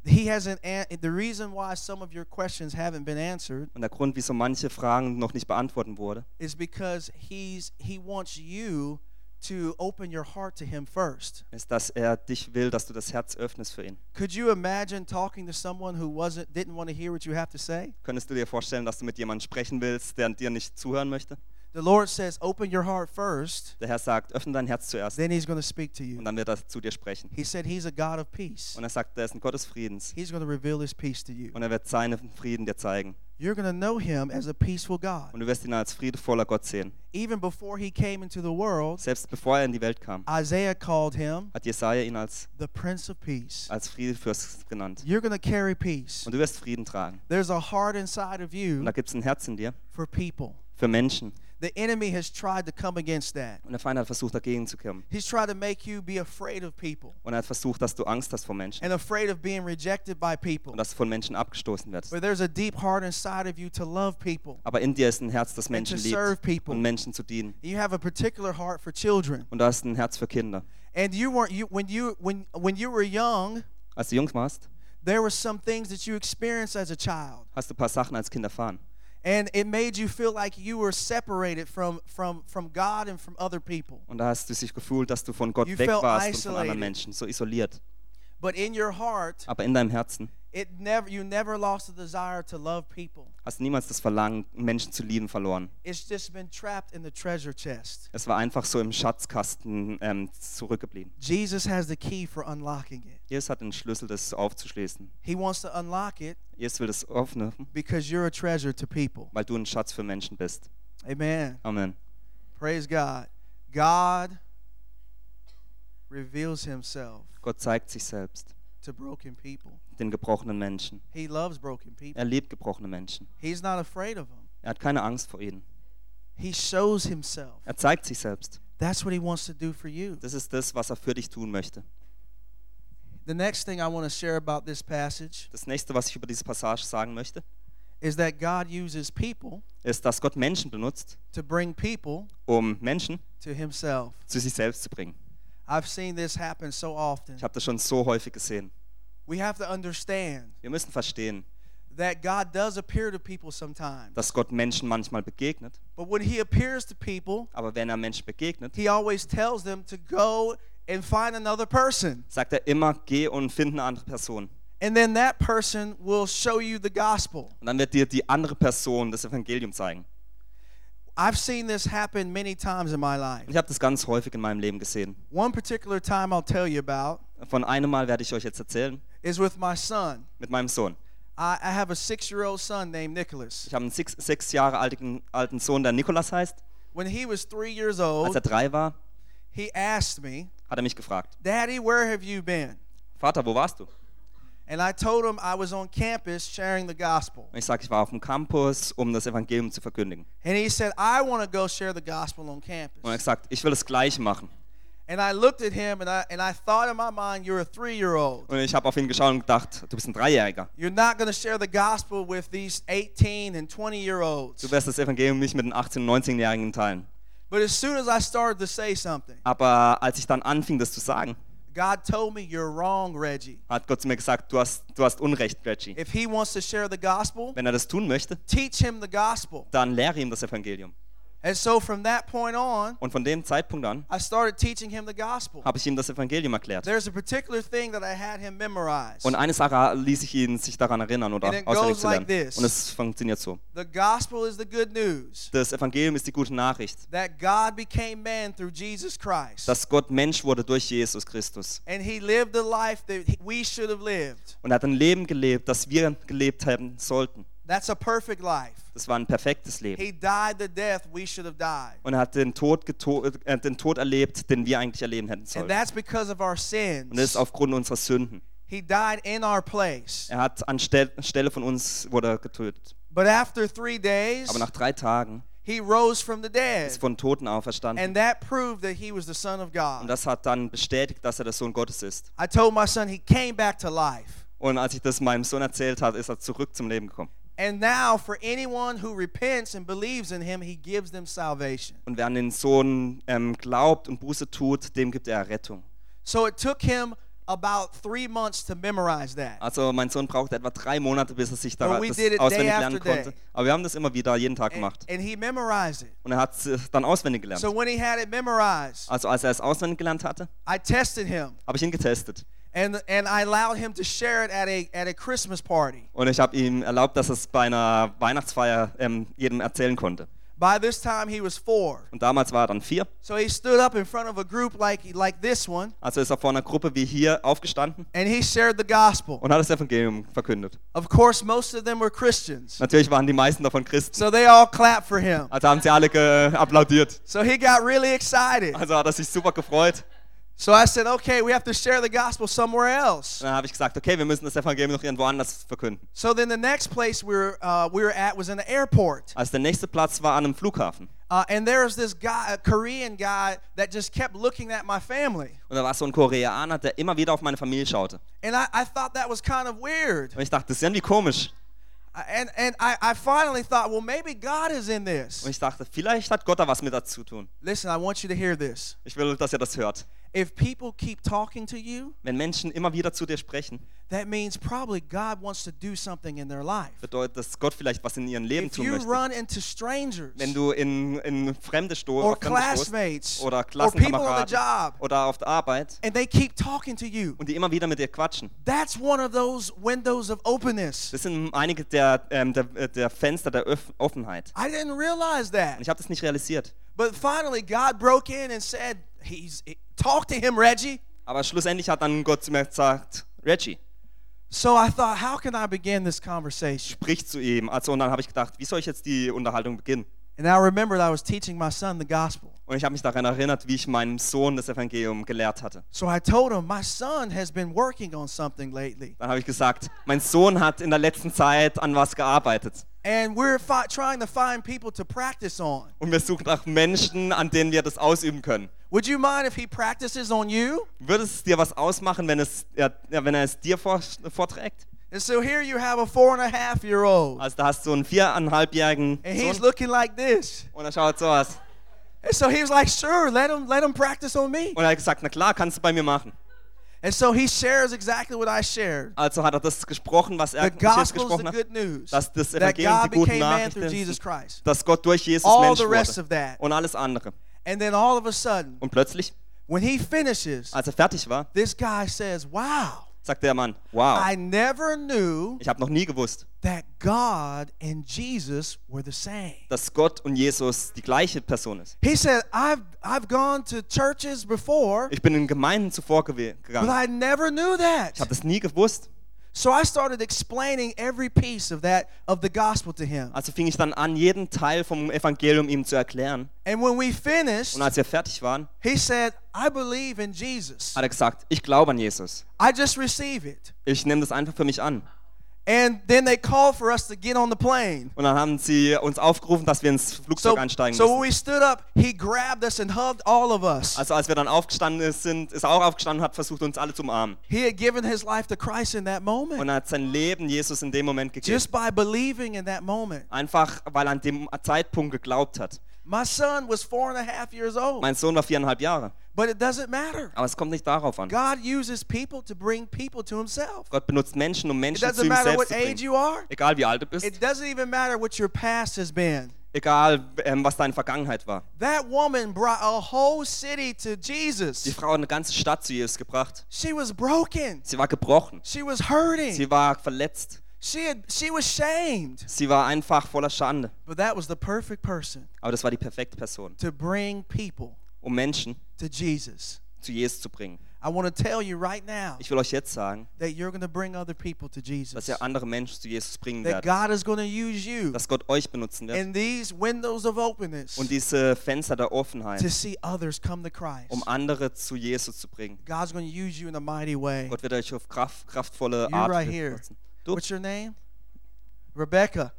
He hasn't an- the reason why some of your questions haven't been answered
Und der Grund, wieso manche Fragen noch nicht beantworten wurde,
is because he's he wants you to open your heart to him first.
ist, dass er dich will, dass du das Herz öffnest für ihn.
Could you imagine talking to someone who wasn't didn't want to hear what you have to say?
Könntest du dir vorstellen, dass du mit jemandem sprechen willst, der dir nicht zuhören möchte?
The Lord says, "Open your heart first,
Der Herr sagt, öffne dein Herz zuerst
then he's going to speak to you."
und dann wird er zu dir sprechen.
He said he's a God of peace.
Und er sagt, er ist ein Gott des Friedens
He's going to reveal his peace to you.
und er wird seinen Frieden dir zeigen.
You're going to know him as a peaceful God.
Und du wirst ihn als friedevoller Gott sehen.
Even before he came into the world,
Selbst bevor er in die Welt kam,
Isaiah called him
hat Jesaja ihn als,
the Prince of Peace.
als Friedefürst genannt.
You're going to carry peace.
Und du wirst Frieden tragen.
There's a heart inside of
Und da
you
gibt es ein Herz in dir
for people.
für Menschen.
The enemy has tried to come against that.
Und der Feind hat versucht, dagegen zu kommen.
He's tried to make you be afraid of people
Und er hat versucht, dass du Angst hast vor Menschen
and afraid of being rejected by people.
und dass du von Menschen abgestoßen wirst.
But there's a deep heart inside of you to love people.
Aber in dir ist ein Herz, das Menschen
to serve
liebt
people.
und Menschen zu dienen.
You have a particular heart for children.
Und da ist ein Herz für Kinder.
And you weren't you when you when when you were young,
Als du jung warst,
there were some things that you experienced as a child.
hast du ein paar Sachen als Kind erfahren.
And it made you feel like you were separated from from from God and from other people.
Und da hast du dich gefühlt, dass du von Gott
You
weg
felt
warst und von
isolated.
anderen Menschen, so isoliert.
But in your heart,
Aber in deinem Herzen
it never you never lost the desire to love people.
hast du niemals das Verlangen, Menschen zu lieben, verloren.
It's just been trapped in the treasure chest.
Es war einfach so im Schatzkasten ähm, zurückgeblieben.
Jesus has the key for unlocking it.
Jesus hat den Schlüssel, das aufzuschließen.
He wants to unlock it
Jesus will das öffnen,
because you're a treasure to people.
weil du ein Schatz für Menschen bist.
Amen.
Amen.
Praise God. God reveals himself
Gott zeigt sich selbst,
to broken people.
den gebrochenen Menschen.
He loves broken people.
Er liebt gebrochene Menschen.
He's not afraid of them.
Er hat keine Angst vor ihnen.
He shows himself.
Er zeigt sich selbst.
That's what he wants to do for you.
Das ist das, was er für dich tun möchte.
The next thing I want to share about this passage
Das nächste, was ich über diese Passage sagen möchte,
is that God uses people
ist, dass Gott Menschen benutzt,
to bring people
um Menschen
to himself.
zu sich selbst zu bringen.
I've seen this happen so often.
Ich habe das schon so häufig gesehen.
We have to understand
Wir müssen verstehen,
that God does appear to people sometimes.
dass Gott Menschen manchmal begegnet,
But when he appears to people,
aber wenn er Menschen begegnet,
he always tells them to go and find another person.
sagt er immer, geh und finde eine andere Person.
And then that person will show you the gospel.
Und dann wird dir die andere Person das Evangelium zeigen.
I've seen this happen many times in my life.
Und ich habe das ganz häufig in meinem Leben gesehen.
One particular time I'll tell you about
Von einem Mal werde ich euch jetzt erzählen,
is with my son.
mit meinem Sohn.
I, I have a six year old son named Nicholas.
Ich habe einen sechs, sechs Jahre alten, alten Sohn, der Nikolas heißt.
When he was three years
Als er
old,
drei war,
he asked me,
hat er mich gefragt,
Daddy, where have you been?
Vater, wo warst du?
And I told him I was on campus sharing the gospel.
Und ich sage, ich war auf dem Campus, um das Evangelium zu verkündigen.
And he said, I want to go share the gospel on
Und er hat
campus.
gesagt, ich will das gleich machen.
And I looked at him and I, and I thought in my mind, You're a three year old.
Und ich habe auf ihn geschaut und gedacht, du bist ein Dreijähriger.
You're not going to share the gospel with these 18 and 20 year olds.
Du wirst das Evangelium nicht mit den 18- und 19-Jährigen teilen.
But as soon as I started to say something,
Aber als ich dann anfing, das zu sagen,
God told me, You're wrong, Reggie.
hat Gott zu mir gesagt, du hast, du hast Unrecht, Reggie.
If he wants to share the gospel,
Wenn er das tun möchte,
teach him the gospel.
dann lehre ihm das Evangelium.
And so from that point on,
Und von dem Zeitpunkt an
I started teaching him the gospel.
habe ich ihm das Evangelium erklärt.
There's a particular thing that I had him memorize.
Und eine Sache ließ ich ihn sich daran erinnern oder
And it
auswendig
goes
zu
like
lernen.
this.
Und es funktioniert so.
The gospel is the good news
Das Evangelium ist die gute Nachricht,
that God became man through Jesus Christ.
dass Gott Mensch wurde durch Jesus Christus.
And he lived the life that he- we should have lived.
Und er hat ein Leben gelebt, das wir gelebt haben sollten.
That's a perfect life.
Das war ein perfektes Leben.
He died the death we should have died.
Und er hat den Tod, geto äh, den Tod erlebt, den wir eigentlich erleben hätten
And
sollen.
that's because of our
Und das ist
sins.
aufgrund unserer Sünden.
He died in our place.
Er hat anstelle von uns wurde er getötet.
But after three days,
Aber nach drei Tagen
he rose from the dead.
ist von Toten
And
auferstanden.
that proved that he was the Son of
Und
God.
das hat dann bestätigt, dass er der Sohn Gottes ist.
I told my son he came back to life.
Und als ich das meinem Sohn erzählt habe, ist er zurück zum Leben gekommen.
And now, for anyone who repents and believes in him, he gives them salvation.
Und wer an den Sohn ähm, glaubt und Buße tut, dem gibt er Rettung.
So it took him about three months to memorize that.
Also mein Sohn brauchte etwa drei Monate, bis er sich da
But we
das
did it day
auswendig
after
lernen konnte.
day.
Aber wir haben das immer wieder jeden Tag
And-
gemacht.
And he memorized it.
Und er hat es dann auswendig
So
gelernt.
when he had it memorized,
Also als er es auswendig gelernt hatte,
I tested him
habe ich ihn getestet.
and, and I allowed him to share it at a, at a Christmas party.
Und ich habe ihm erlaubt, dass er es bei einer Weihnachtsfeier ähm, jedem erzählen konnte.
By this time, he was four.
Und damals war er dann vier.
So he stood up in front of a group like, like this one
Also ist er vor einer Gruppe wie hier aufgestanden
and he shared the gospel.
und hat das Evangelium verkündet.
Of course, most of them were Christians.
Natürlich waren die meisten davon Christen.
So they all clapped for him.
Also haben sie alle ge- applaudiert.
So he got really excited.
Also hat er sich super gefreut.
So I said, okay, we have to share the gospel somewhere else.
Und dann habe ich gesagt, okay, wir müssen das Evangelium noch irgendwo anders verkünden.
So then the next place we were, uh, we were at was in the airport.
Also der nächste Platz war an einem Flughafen.
Uh, and there was this guy, a Korean guy, that just kept looking at my family.
Und da war so ein Koreaner, der immer wieder auf meine Familie schaute.
And I, I thought that was kind of weird.
Und ich dachte, das ist irgendwie komisch.
I- And, and I, I finally thought, well, maybe God is in
Und
this.
ich dachte, vielleicht hat Gott da was mit dazu tun.
Listen, I want you to hear this.
Ich will, dass ihr das hört.
If people keep talking to you,
Wenn Menschen immer wieder zu dir sprechen,
that means probably God wants to do something in their life.
bedeutet, dass Gott vielleicht was in ihrem Leben
If
tun
you
möchte.
run into strangers,
Wenn du in, in Fremde stoßt,
or
auf Fremde stoßt,
classmates
oder
or people on the
Klassenkameraden
job
oder auf der Arbeit
and they keep talking to you
und die immer wieder mit dir quatschen.
that's one of those windows of openness
Das sind einige der, ähm, der, äh, der Fenster der Öff Offenheit.
i didn't realize
Und
that
ich habe das nicht realisiert.
but finally god broke in and said he's talk to him reggie
Aber schlussendlich hat dann Gott zu mir gesagt, Reggie,
so i thought how can i begin this conversation
sprich zu ihm. Also und dann habe ich gedacht, wie soll ich jetzt die Unterhaltung beginnen?
and i remembered i was teaching my son the gospel
Und ich habe mich daran erinnert, wie ich meinem Sohn das Evangelium gelehrt hatte.
so i told him my son has been working on something lately
Dann habe ich gesagt, mein Sohn hat in der letzten Zeit an was gearbeitet.
and we're fi- trying to find people to practice on
Und wir suchen nach Menschen, an denen wir das ausüben können.
would you mind if he practices on you
Würde es dir was ausmachen, wenn, es, ja, ja, wenn er es dir vor, vorträgt?
and so here you have a four and a half year old
Also da hast du einen viereinhalbjährigen
And he's
Sohn
looking like this.
und er schaut sowas.
And so he was like, sure, let him let him practice on me.
Und er hat gesagt, na klar, kannst du bei mir machen.
And so he shares exactly what I shared.
Also hat er das gesprochen, was er
The
bis jetzt
gospel is
gesprochen
the
hat,
good news
dass das
that
Evangelium die
God
guten
became man through
Nachrichten
Jesus
ist,
Christ.
dass Gott durch Jesus
All
Mensch
the rest of
wurde
that.
und alles andere.
And then all of a sudden,
Und plötzlich,
when he finishes,
als er fertig war,
this guy says, Uh, "Wow,
sagte der Mann, wow,
I never knew
ich habe noch nie gewusst,
that God and Jesus were the same."
dass Gott und Jesus die gleiche Person ist.
He said, "I've I've gone to churches before,
Ich bin in Gemeinden zuvor gewe-
but
gegangen.
I never knew that."
Ich habe das nie gewusst.
So I started explaining every piece of that of the gospel to him.
Also fing ich dann an, jeden Teil vom Evangelium ihm zu erklären.
And when we finished,
Und als wir fertig waren,
he said, "I believe in Jesus.
hat er gesagt, ich glaube an Jesus.
I just receive it."
Ich nehme das einfach für mich an.
And then they called for us to get on the plane.
Und dann haben sie uns aufgerufen, dass wir ins Flugzeug
So,
einsteigen
so when
müssen.
we stood up, he grabbed us and hugged all of us.
Also als wir dann aufgestanden sind, ist er auch aufgestanden und hat versucht, uns alle zu umarmen.
He had given his life to Christ in that
Und
moment,
er hat sein Leben Jesus in dem Moment gegeben.
just by believing in that moment.
Einfach, weil er an dem Zeitpunkt geglaubt hat.
My son was four and a half years old,
Mein Sohn war viereinhalb Jahre.
but it doesn't matter.
Aber es kommt nicht darauf an.
God uses people to bring people to himself.
Gott benutzt Menschen, um
It
Menschen zu
doesn't
ihm
matter
selbst
what
zu
age
bringen.
you are.
Egal wie alt du bist,
It doesn't even matter what your past has been.
egal ähm, was deine Vergangenheit war.
That woman brought a whole city to
Die
Jesus.
Frau hat eine ganze Stadt zu Jesus gebracht.
She was broken.
Sie war gebrochen.
She was hurting.
Sie war verletzt.
She had she was shamed.
Sie war einfach voller Schande.
But that was the perfect person
Aber das war die perfekte Person,
to bring people
um Menschen
to Jesus.
zu Jesus zu bringen.
I want to tell you right now
Ich will euch jetzt sagen,
that you're going to bring other people to
dass
Jesus.
ihr andere Menschen zu Jesus bringen
That
werdet.
God is going to use you
Dass Gott euch benutzen wird.
in these windows of openness
Und diese Fenster der
to
Offenheit,
see others come to Christ.
um andere zu Jesus zu bringen.
God's going to use you in a mighty way.
Gott wird euch auf Kraft, kraftvolle
You
Art
right here.
benutzen. Du,
What's your name? Rebecca.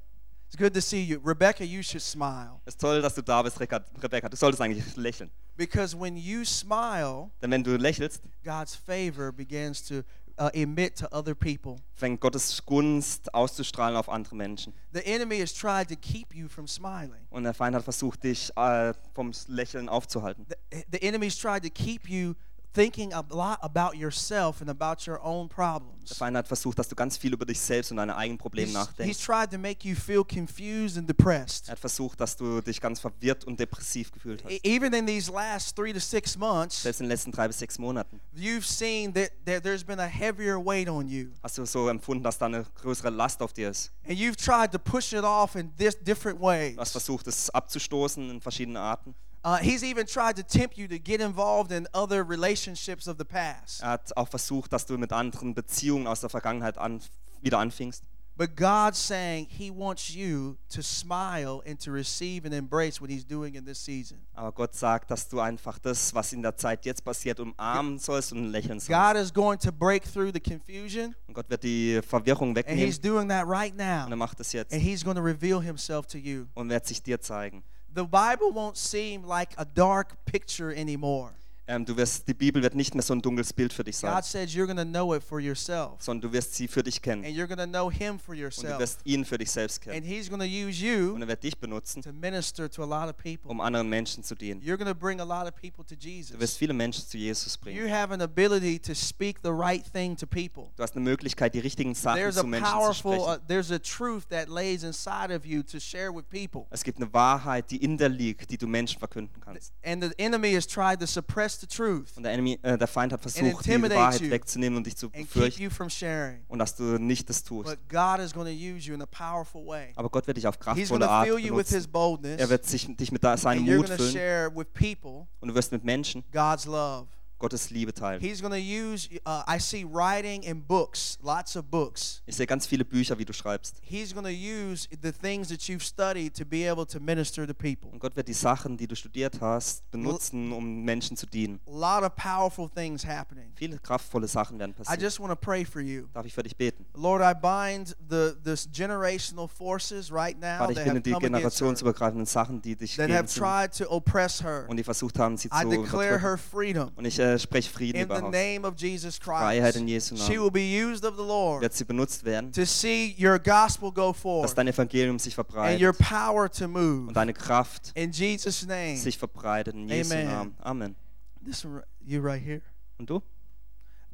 It's good to see you. Rebecca, you should smile.
es ist toll, dass du da bist, Reka- Rebecca. Du solltest eigentlich lächeln.
Because when you smile,
Denn wenn du lächelst,
God's favor begins to uh, emit to other people.
fängt Gottes Gunst auszustrahlen auf andere Menschen.
The enemy has tried to keep you from smiling.
Und der Feind hat versucht, dich äh, vom Lächeln aufzuhalten.
The, eh, the enemy's tried to keep you thinking a lot about yourself and about your own
Der
problems.
Feind hat versucht, dass du ganz viel über dich selbst und deine eigenen Probleme
He's, he's
nachdenkst.
tried to make you feel confused and depressed.
Er hat versucht, dass du dich ganz verwirrt und depressiv gefühlt
E-
hast.
Even in these last three to six months,
Selbst in den letzten drei bis sechs Monaten
you've seen that, that there's been a heavier weight on you.
hast du so empfunden, dass da eine größere Last auf dir ist.
and you've tried to push it off in this different ways.
Du hast versucht, es abzustoßen in verschiedenen Arten.
Uh, he's even tried to tempt you to get involved in other relationships of the past.
Er hat auch versucht, dass du mit anderen Beziehungen aus der Vergangenheit an, wieder anfingst.
But God's saying He wants you to smile and to receive and embrace what He's doing in this season.
Aber Gott sagt, dass du einfach das, was in der Zeit jetzt passiert, umarmen sollst und lächeln sollst.
God is going to break through the confusion,
Und Gott wird die Verwirrung
and He's
wegnehmen.
doing that right
Und er
now.
macht es jetzt
And He's going to reveal Himself to you.
und wird sich dir zeigen.
The Bible won't seem like a dark picture anymore.
Ähm, du wirst, die Bibel wird nicht mehr so ein dunkles Bild für dich sein,
God says you're going to know it for yourself,
sondern du wirst sie für dich kennen.
and you're going to know Him for
Und du
yourself.
wirst ihn für dich selbst
And
kennen.
he's going to use
Und
you
er wird dich benutzen,
to minister to a lot of people.
um anderen Menschen zu dienen.
You're going to bring a lot of people to
Du wirst
Jesus.
viele Menschen zu Jesus
You
bringen.
have an ability to speak the right thing to people.
Du hast eine Möglichkeit, die richtigen Sachen
There's a
zu Menschen zu
powerful, uh,
sprechen.
there's a truth that lays inside of you to share with people.
Es gibt eine Wahrheit, die in der liegt, die du Menschen verkünden kannst.
And the enemy has tried to suppress the truth
Und der, Enemy, äh, der Feind hat versucht, die
intimidate
Wahrheit
you.
wegzunehmen und dich zu
and keep
befürchten.
you from sharing.
Und dass du nicht das tust.
But God is going to use you in a powerful way.
Aber Gott wird dich auf
He's going
kraftvolle
to
Art
fill you with
benutzen.
his
Er
boldness,
wird sich, dich mit da- seinem
and you're
Mut
going to
füllen
share with people
und du wirst mit Menschen
God's love.
Gottes Liebe teilen.
He's going to use, uh, I see writing and books, lots of books.
Ich sehe ganz viele Bücher, wie du schreibst.
He's going to use the things that you've studied to be able to minister to people.
Und Gott wird die Sachen, die du studiert hast, benutzen, um Menschen zu dienen.
A lot of powerful things happening.
Viele kraftvolle Sachen werden
I
passieren.
just want to pray for you.
Darf ich für dich beten?
Lord, I bind the this generational forces right now
Vater, ich
that have,
binde die
come against her,
generationsübergreifenden Sachen, die dich
that
gegen
have
sind
tried to oppress her.
und die versucht haben, sie zu
I declare
unterdrücken.
her freedom
Und ich äh, spreche Frieden
in
über
the
Haus.
name of Jesus
Freiheit
Christ.
in Jesu
She
Namen.
will be used of the Lord
Wird sie benutzt werden,
to see your gospel go
dass
forth
dein Evangelium sich
and your
verbreitet
power to
und
move.
deine Kraft
In Jesus' name.
sich verbreitet in Jesu
Amen.
Namen. Amen.
This one, right- you right here.
Und du?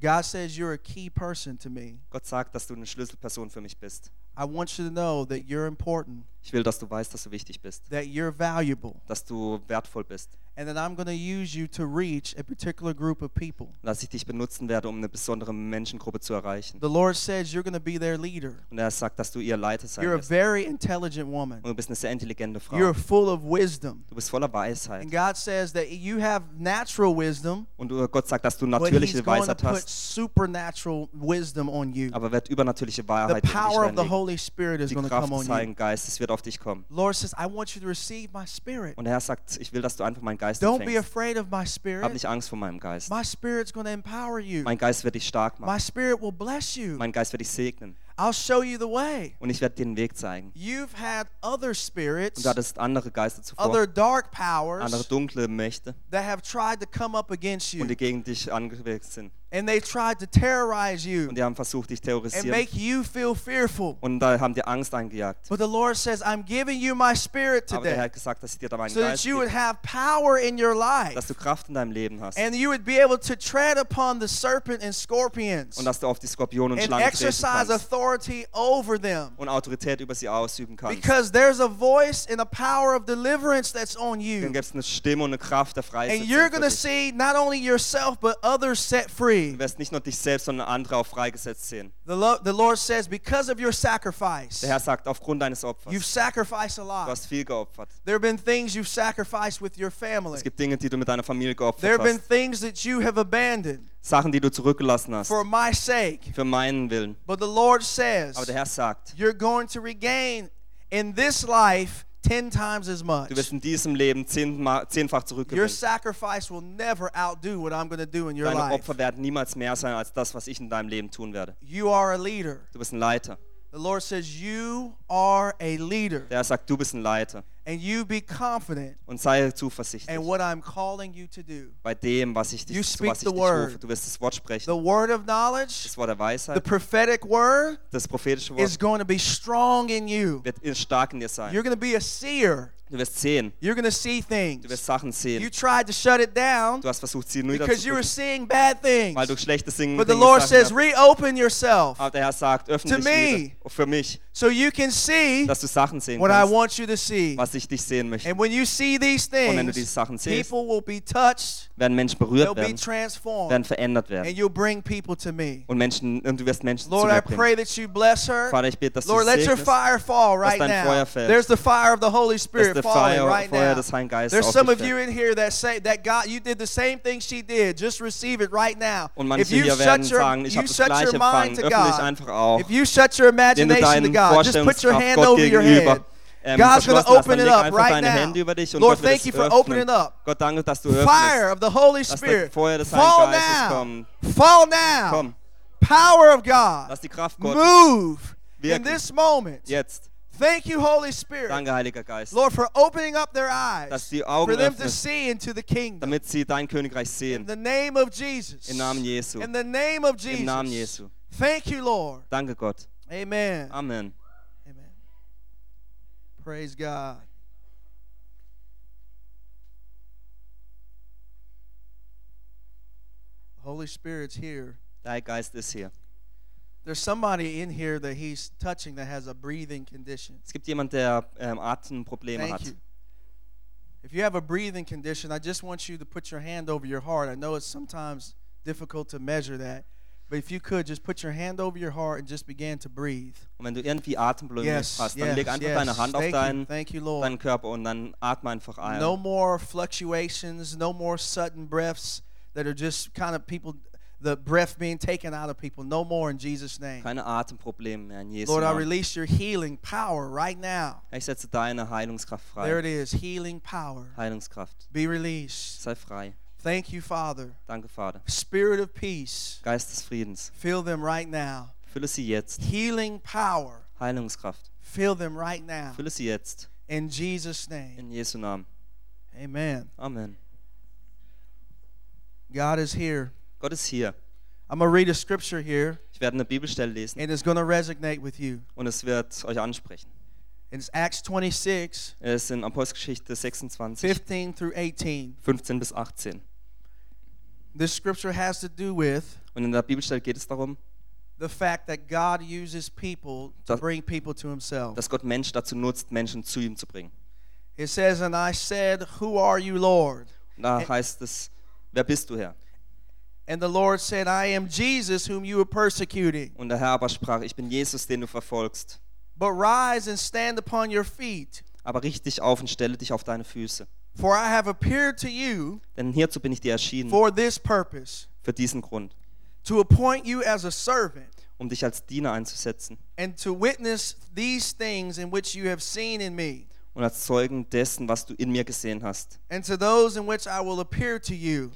God says you're a key person to me.
Gott sagt, dass du eine Schlüsselperson für mich bist.
I want you to know that you're important,
Ich will, dass du weißt, dass du wichtig bist,
that you're valuable,
dass du wertvoll bist,
and that I'm going to use you to reach a particular group of people.
dass ich dich benutzen werde, um eine besondere Menschengruppe zu erreichen.
The Lord says you're going to be their leader.
Und er sagt, dass du ihr Leiter sein
You're a
wirst.
very intelligent woman.
Und du bist eine sehr intelligente Frau.
You're full of wisdom.
Du bist voller
And
Weisheit.
God says that you have natural wisdom,
Und du- Gott sagt, dass du
but He's
natürliche
going to
Weisheit
put
hast,
supernatural wisdom on you.
aber wird übernatürliche
The
Wahrheit in dich
power of the
reinlegen.
Holy Spirit is
Die
going to come
Kraft
on
des
you.
Heiligen Geistes wird auf dich kommen.
Lord says, I want you to receive my spirit.
Und der Herr sagt, ich will, dass du einfach meinen Geist
Don't
empfängst.
be afraid of my
Hab
spirit.
nicht Angst vor meinem Geist.
My spirit's going to empower you.
Mein Geist wird dich stark
My
machen.
spirit will bless you.
Mein Geist wird dich segnen.
I'll show you the way.
Und ich werde dir den Weg zeigen.
You've had other spirits,
Und du hattest andere Geister zuvor,
other dark
andere
powers
dunkle Mächte,
that have tried to come up against
und
you.
die gegen dich angewirkt sind.
And they tried to terrorize
Und
you
die haben versucht, dich
and
terrorisieren.
make you feel fearful.
Und da haben dir Angst eingejagt.
But the Lord says, I'm giving you my spirit
Aber der Herr
today
hat gesagt, dass ich dir da meinen
so that
Geist
you would
gebe,
have power in your
dass
life
du Kraft in deinem Leben hast.
and you would be able to tread upon the serpent and scorpions
Und dass du auf die Skorpione und
and
Schlangen treten
exercise
kannst.
authority over them.
Und Autorität über sie ausüben kannst.
Because there's a voice and a power of deliverance that's on
Dann
you.
gäbe es eine Stimme und eine Kraft der
And
Freisetzung.
you're
für
going to
dich.
see not only yourself, but others set free.
Du wirst nicht nur dich selbst, sondern andere auch freigesetzt sehen.
The, Lo- the Lord says, because of your sacrifice,
Der Herr sagt, aufgrund deines
you've
Opfers,
sacrificed a
du
lot.
hast viel geopfert.
There have been things you've sacrificed with your family,
Es gibt Dinge, die du mit deiner Familie
there
geopfert
have been
hast.
things that you have abandoned
Sachen, die du zurückgelassen hast.
for my sake.
Für meinen Willen.
But the
Aber
Lord
der
says,
Herr sagt,
you're going to regain in this life 10 times as much.
du wirst in diesem Leben zehnma- zehnfach
Your
zurückgewinnen.
sacrifice will never outdo what I'm going to do in your
Deine
life.
Opfer werden niemals mehr sein als das, was ich in deinem Leben tun werde.
You are a leader.
Du bist ein Leiter.
The Lord says, You are a leader,
Der Herr sagt, du bist ein Leiter.
and you be confident
Und sei zuversichtlich
in what I'm calling you to do.
bei dem, was ich dich,
You
zu was
speak
ich
the
dich
word.
rufe. Du wirst das Wort sprechen.
The word of knowledge,
Das Wort der
the
Weisheit,
prophetic word,
das prophetische
is
Wort
going to be strong in you.
wird stark in dir sein.
You're going to be a seer.
Du wirst sehen.
You're going to see
Du wirst
things.
Sachen
You
sehen.
tried to shut it down
Du hast versucht, sie
because you were
niederzudrücken.
seeing bad
weil du
things.
schlechte Singen
But the
Dinge
Lord
gesagt
says,
hast.
Reopen yourself
Aber der Herr sagt, öffne
To
dich
me.
wieder für mich,
so you can see
dass du Sachen sehen
what I
kannst,
want you to see.
was ich dich sehen möchte.
And when you see these
wenn du diese
things,
Sachen siehst,
people will be touched.
Werden Menschen
They'll
berührt
be
werden, werden
transformed,
verändert werden.
and you'll bring people to me.
Und Menschen, und du wirst Menschen zu
Lord, I
mir
pray
bringen.
that you bless her.
Vater, ich bete, dass
Lord,
du
let
sie
your
segnest,
fire fall right
dein
now.
Feuer fällt.
There's the fire of the Holy
dass
Spirit
der
falling
Feuer,
right
Feuer
now.
des Heiligen Geistes
There's
auf
some
dich
of
fällt.
you in here that say that God, you did the same thing she did. Just receive it right now.
Und manche
if you
hier werden
shut your,
sagen, ich
you
habe das
shut
gleich
your mind
empfangen,
to
öffne dich
God.
einfach auch.
If you shut your
Wenn du
imagination to
deinen
God, just put your
Vorstellungskraft
hand
Gott
over your
gegenüber
head.
ähm,
God's gonna
verschlossen hast,
open
dann
it
leg
up
einfach
right
deine
now.
Hände über dich und
Lord,
Gott wird
thank
es
you for
öffnen.
opening it up.
Gott, danke, dass du
Fire
öffnest.
of the Holy
Lass das
Spirit.
Feuer des
Fall
Heiligen Geistes
now.
kommen.
Fall now.
Komm,
Power of God.
lass die Kraft Gottes
Move in
Wirken.
this moment.
jetzt.
Thank you, Holy Spirit.
Danke, Heiliger Geist,
Lord, for opening up their
dass
eyes.
die
For
Augen
them to
öffnest,
see into the kingdom.
damit sie dein Königreich sehen.
In the name of Jesus.
Im Namen Jesu.
In the name of
Im Namen
Jesus.
Jesu.
Thank you, Lord.
Danke, Gott.
Amen.
Amen.
Amen. Praise God. The Holy Spirit's here.
Dein Geist ist hier.
There's somebody in here that he's touching that has a breathing condition.
Es gibt jemanden, der ähm, Atemprobleme
Thank
hat.
you. If you have a breathing condition, I just want you to put your hand over your heart. I know it's sometimes difficult to measure that, but if you could just put your hand over your heart and just begin to breathe.
Und wenn du irgendwie Atemprobleme
Yes,
hast, dann
yes,
leg einfach
yes.
deine Hand auf
Thank you,
deinen,
thank you, Lord.
deinen Körper und dann atme einfach ein.
No more fluctuations, no more sudden breaths that are just kind of people, the breath being taken out of people. No more in Jesus' name.
Keine Atemprobleme mehr in Jesu
Lord, I
Namen.
release your healing power right now.
Ich setze deine Heilungskraft
There it
frei.
is, healing power.
Heilungskraft.
Be released.
Sei frei.
Thank you, Father.
Danke, Vater.
Spirit of peace,
Geist des Friedens.
fill them right now.
Fülle sie jetzt.
Healing power,
Heilungskraft.
fill them right now.
Fülle sie jetzt.
In Jesus' name.
In Jesu Namen.
Amen.
Amen.
God is here.
Gott ist hier.
I'm going to read a scripture here,
Ich werde eine Bibelstelle lesen
and it's going to resonate with you.
und es wird euch ansprechen.
It's Acts 26,
Es ist in Apostelgeschichte 26,
15 through 18.
15 bis 18.
This scripture has to do with
Und in der Bibelstelle geht es darum,
the fact that God uses people to
Das-
bring people to himself.
dass Gott Mensch dazu nutzt, Menschen zu ihm zu bringen.
It says, And I said, Who are you, Lord? Äh.
Da heißt es, wer bist du, Herr?
And the Lord said, I am Jesus whom you are persecuting.
Und der Herr aber sprach, ich bin Jesus, den du verfolgst.
But rise and stand upon your feet,
Aber richte dich auf und stelle dich auf deine Füße.
for I have appeared to you
Denn hierzu bin ich dir erschienen,
for this purpose,
für diesen Grund,
to appoint you as a servant.
um dich als Diener einzusetzen
and to witness these things in which you have seen in me,
und als Zeugen dessen, was du in mir gesehen hast,
and to those in which I will appear to you,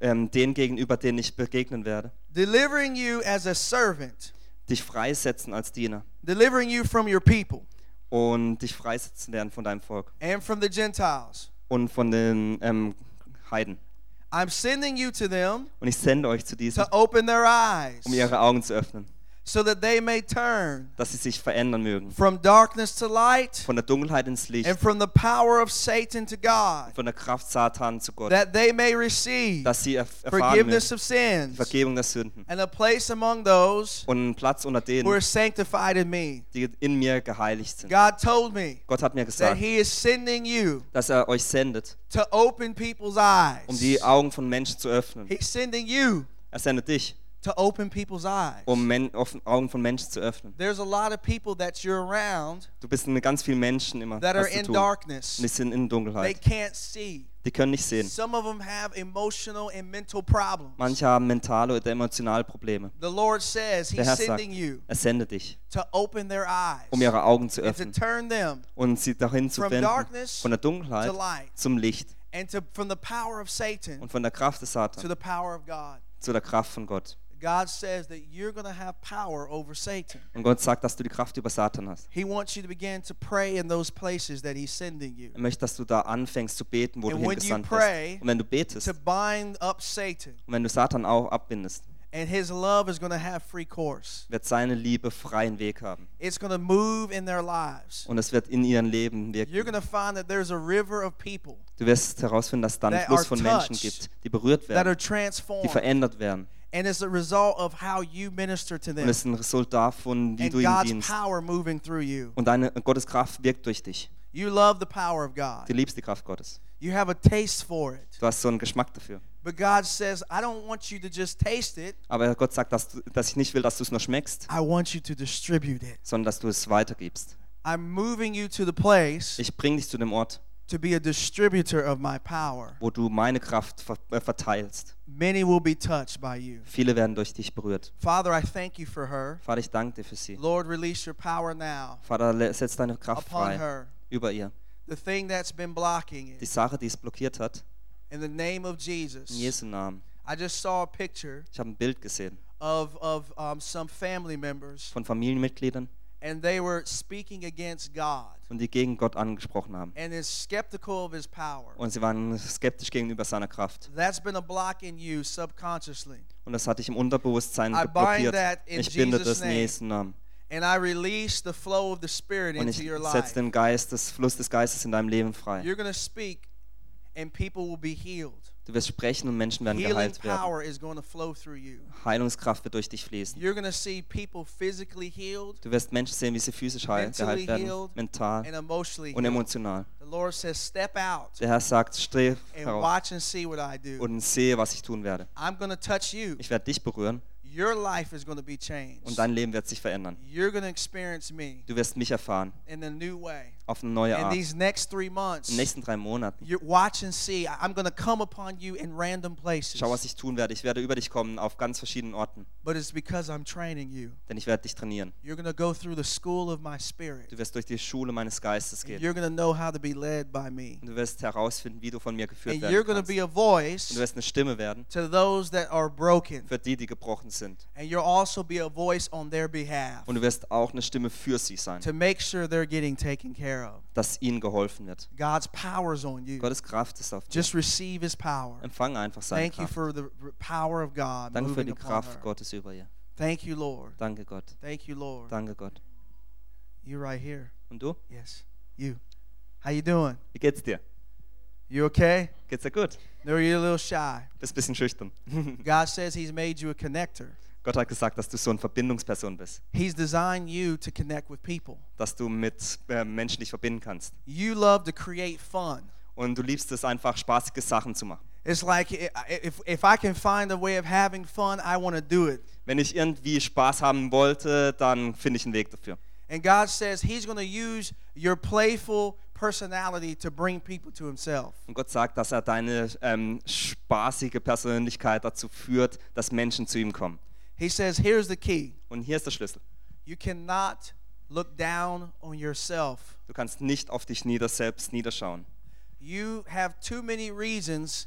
ähm, den gegenüber, den ich begegnen werde.
delivering you as a servant,
Dich freisetzen als Diener
delivering you from your people
und dich freisetzen werden von deinem Volk
and from the Gentiles.
und von den ähm, Heiden.
I'm sending you to them
Und ich sende euch zu diesen,
to open their eyes
um ihre Augen zu öffnen,
so that they may turn
dass sie sich verändern mögen.
from darkness to light
Von der Dunkelheit ins Licht,
and from the power of Satan to God,
von der Kraft Satan zu Gott,
that they may receive
dass sie erf erfahren
forgiveness
mögen,
of sins
Vergebung der Sünden
and a place among those
und einen Platz unter
who are
denen,
sanctified in me.
die in mir geheiligt sind.
God told me
Gott hat mir
that
gesagt,
he is sending you
dass er euch sendet,
to open people's eyes.
um die Augen von Menschen zu öffnen.
He's sending you
Er sendet dich,
to open people's eyes.
um Men offen- Augen von Menschen zu öffnen.
There's a lot of people that you're around
Du bist mit ganz vielen Menschen immer
that are
was zu
in
tun. Und
darkness.
die sind in
They
Dunkelheit.
can't see.
Die können nicht sehen.
Some of them have emotional and mental problems.
Manche haben mentale oder emotionale Probleme.
The Lord says
Der
He's
Herr sagt,
sending you
er sendet dich,
to open their eyes
um ihre Augen zu
and to
öffnen
turn them
und sie dahin zu
From
wenden,
darkness
von der
to
Dunkelheit
light.
zum Licht
and to from the power of Satan
und von der Kraft des
to
Satan
the power of God.
zu der Kraft von Gott.
God says that you're going to have power over Satan.
Und Gott sagt, dass du die Kraft über Satan hast.
He wants you to begin to pray in those places that He's sending you.
Er möchte, dass du da anfängst zu beten, wo
And
du
when you
hingesandt
pray
bist. Und wenn du betest
to bind up Satan,
und wenn du Satan auch abbindest,
and his love is going to have free course.
wird seine Liebe freien Weg haben.
It's going to move in their lives.
Und es wird in ihren Leben
You're
wirken.
going to find that there's a river of people
Du wirst herausfinden, dass es da einen
They
Fluss
are
von Menschen
touched.
gibt, die berührt
that are
werden, die
transformed,
verändert werden.
and it's a result of how you minister to
Und
them
es ist ein Result davon, wie
and
du ihm
God's
dienst.
power moving through you.
Und deine Gottes Kraft wirkt durch dich.
You love the power of
Du
God.
liebst die Kraft Gottes.
You have a taste for it.
Du hast so einen Geschmack dafür.
But God says, I don't want you to just taste it.
Aber Gott sagt, dass, du, dass ich nicht will, dass du es nur schmeckst,
I want you to distribute it.
sondern dass du es weitergibst.
I'm moving you to the place
Ich bringe dich zu dem Ort,
to be a distributor of my power.
wo du meine Kraft ver äh, verteilst.
Many will be touched by you.
Viele werden durch dich berührt.
Father, I thank you for her.
Vater, ich danke dir für sie.
Lord, release your power now
Vater, le- setz deine Kraft
upon
frei
her.
über ihr.
The thing that's been blocking
Die
it.
Sache, die es blockiert hat,
In the name of
in
Jesus.
Jesu Namen.
I just saw a picture
Ich habe ein Bild gesehen
of, of um, some family members,
von Familienmitgliedern,
and they were speaking against God
und die gegen Gott angesprochen haben.
and is skeptical of his power.
Und sie waren skeptisch gegenüber seiner Kraft.
That's been a block in you subconsciously.
Und das hatte ich im Unterbewusstsein
I bind
blockiert.
that in
Ich binde
Jesus'
das in
name.
Jesu Namen.
And I release the flow of the Spirit
Und ich
into your life.
setze den Geist, das Fluss des Geistes in deinem Leben frei.
You're going to speak, and people will be healed.
Du wirst sprechen und Menschen werden
Healing
geheilt werden.
power is going to flow through you.
Heilungskraft wird durch dich fließen.
You're going to see people physically healed
Du wirst Menschen sehen, wie sie physisch heil
Mentally
geheilt werden,
healed
mental
and emotionally
und
healed.
emotional.
The Lord says, Step out
Der Herr sagt, streh
and
heraus
watch and see what I do.
und sehe, was ich tun werde.
I'm going to touch you.
Ich werde dich berühren
Your life is going to be
und
changed.
dein Leben wird sich verändern.
You're going to experience me
Du wirst mich erfahren
in a new way.
auf eine neue
In
Art. In
these next three
den
months,
nächsten drei Monaten.
you watch and see. I- I'm going to come upon you in random places.
Schau, was ich tun werde. Ich werde über dich kommen auf ganz verschiedenen Orten,
But it's because I'm training you.
denn ich werde dich trainieren.
You're going to go through the school of my spirit.
Du wirst durch die Schule meines Geistes
And
gehen
you're going to know how to be led by me.
und du wirst herausfinden, wie du von mir geführt
And
werden
you're going to
kannst.
be a
Und du
voice
wirst eine Stimme werden
to those that are broken.
für die, die gebrochen sind.
And you'll also be a voice on their behalf
Und du wirst auch eine Stimme für sie sein,
to make sure they're getting taken care of.
dass ihnen geholfen wird.
God's power's on you.
Gottes Kraft ist auf dir.
Just receive his power.
Empfang einfach seine
Thank you
Kraft.
for the r- power of God
Danke für
moving
die
upon
Kraft
her.
Gottes über ihr.
Thank you, Lord.
Danke Gott.
Thank you, Lord.
Danke Gott.
You right here.
Und du?
Yes. You. How you doing?
Wie geht's dir?
You okay?
Geht's dir gut?
No, you're a little shy.
Bist ein bisschen schüchtern.
God says he's made you a connector.
Gott hat gesagt, dass du so eine Verbindungsperson bist,
He's designed you to connect with people.
dass du mit äh, Menschen dich verbinden kannst.
You love to create fun.
Und du liebst es einfach, spaßige Sachen zu machen.
It's like i- i- if, if I can find a way of having fun, I want to do it.
Wenn ich irgendwie Spaß haben wollte, dann finde ich einen Weg dafür.
And God says He's going to use your playful personality to bring people to Himself.
Und Gott sagt, dass er deine ähm, spaßige Persönlichkeit dazu führt, dass Menschen zu ihm kommen.
He says, Here's the key
Und hier ist der Schlüssel.
you cannot look down on yourself.
Du kannst nicht auf dich nieder selbst niederschauen.
You have too many reasons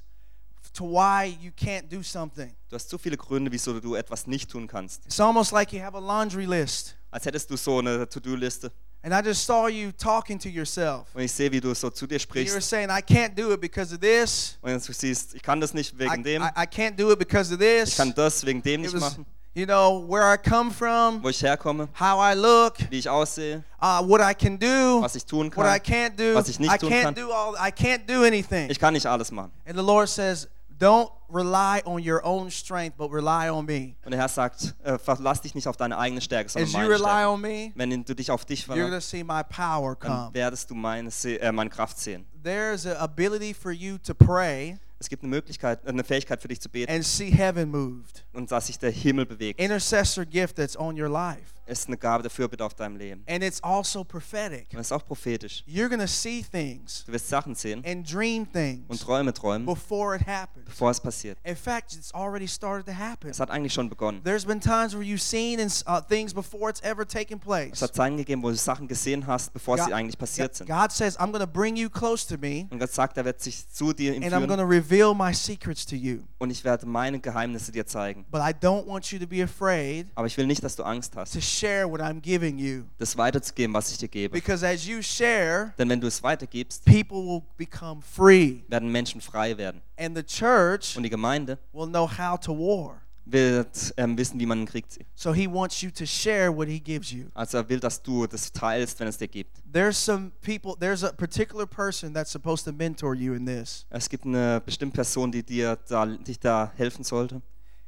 to why you can't do something.
Du hast zu viele Gründe, wieso du etwas nicht tun kannst.
It's almost like you have a laundry list.
Als hättest du so eine To-Do-Liste
And I just saw you talking to yourself.
und ich sehe, wie du so zu dir
You were
sprichst
saying, I can't do it because of this.
und du siehst, ich kann das nicht
I,
wegen dem,
I- I can't do it because of this.
ich kann das wegen dem nicht
It was,
machen,
you know, where I come from,
wo ich herkomme,
how I look,
wie ich aussehe,
uh, what I can do,
was ich tun
what I
kann.
can't do.
was ich nicht
I
tun
can't
kann.
do all. I can't do anything.
Ich kann nicht alles machen.
And the Lord says, "Don't rely on your own strength, but rely on me.
Und der Herr sagt, äh, verlass dich nicht auf deine eigene Stärke, sondern
As you
meine
rely
Stärke.
on me,
Wenn du dich auf dich
you're going to
verlässt,
see my power
dann
come.
werdest du meine, Se- äh, meine Kraft sehen.
There's an ability for you to pray
Es gibt eine Möglichkeit, äh, eine Fähigkeit für dich zu beten
and see heaven moved.
und dass sich der Himmel bewegt.
Intercessor gift that's on your life,
Es ist eine Gabe der Fürbitte auf deinem Leben.
and it's also prophetic.
Und es ist auch prophetisch.
You're going to see things
Du wirst Sachen sehen
and dream
und
things
Träume träumen,
before it happens.
bevor es passiert.
In fact, it's already started to happen.
Es hat eigentlich schon begonnen.
There's been times where you've seen and, uh, things before it's ever taken
Es
place.
hat Zeiten gegeben, wo du Sachen gesehen hast, bevor
God-
sie eigentlich passiert
God-
sind.
God says, I'm going to bring you close to me
Und Gott sagt, er wird sich zu dir
and I'm going
entführen
to reveal my secrets to you.
und ich werde meine Geheimnisse dir zeigen.
But I don't want you to be afraid
Aber ich will nicht, dass du Angst hast,
to share what I'm giving you.
das weiterzugeben, was ich dir gebe.
Because as you share,
Denn wenn du es weitergibst,
people will become free
werden Menschen frei werden.
and the church
Und die Gemeinde
will know how to war.
wird ähm, wissen, wie man einen Krieg zieht.
So he wants you to share what he gives you.
Also er will, dass du das teilst, wenn es dir gibt.
There's some people, there's a particular person that's supposed to mentor you in this.
Es gibt eine bestimmte Person, die dir da, dich da helfen sollte.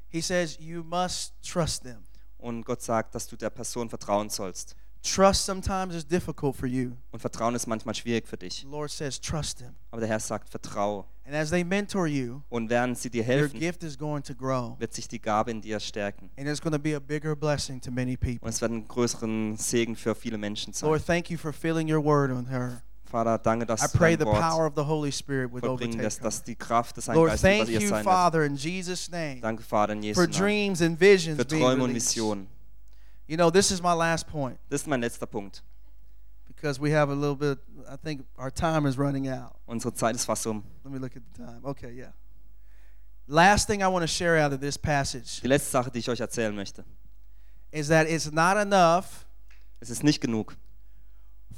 He says, You must trust them.
Und Gott sagt, dass du der Person vertrauen sollst.
Trust sometimes is difficult for you.
Und Vertrauen ist manchmal schwierig für
The
dich.
Lord says, Trust them.
Aber der Herr sagt, vertraue.
And as they mentor you,
Und während sie dir
your
helfen,
gift is going to grow.
wird sich die Gabe in dir stärken.
And it's going to be a bigger blessing to many
Und
people.
es wird einen größeren Segen für viele Menschen sein.
Lord, thank you for filling your word on her.
Vater, danke, dass
I
du
pray
dein
the
Wort
power of the Holy Spirit would
vollbringen
overtake
wirst,
her.
dass die Kraft des Heiligen
Lord,
Geistes über
thank
ihr
you,
sein wird.
Father, in Jesus' name,
Danke, Vater, in Jesu
for
Namen.
dreams and visions
Für
being
Träume und
released.
Visionen.
You know, this is my last point
Das ist mein letzter Punkt.
because we have a little bit, I think our time is running out.
Unsere Zeit ist fast um.
Let me look at the time. Okay, yeah. Last thing I want to share out of this passage
Die letzte Sache, die ich euch erzählen möchte.
is that it's not enough
Es ist nicht genug,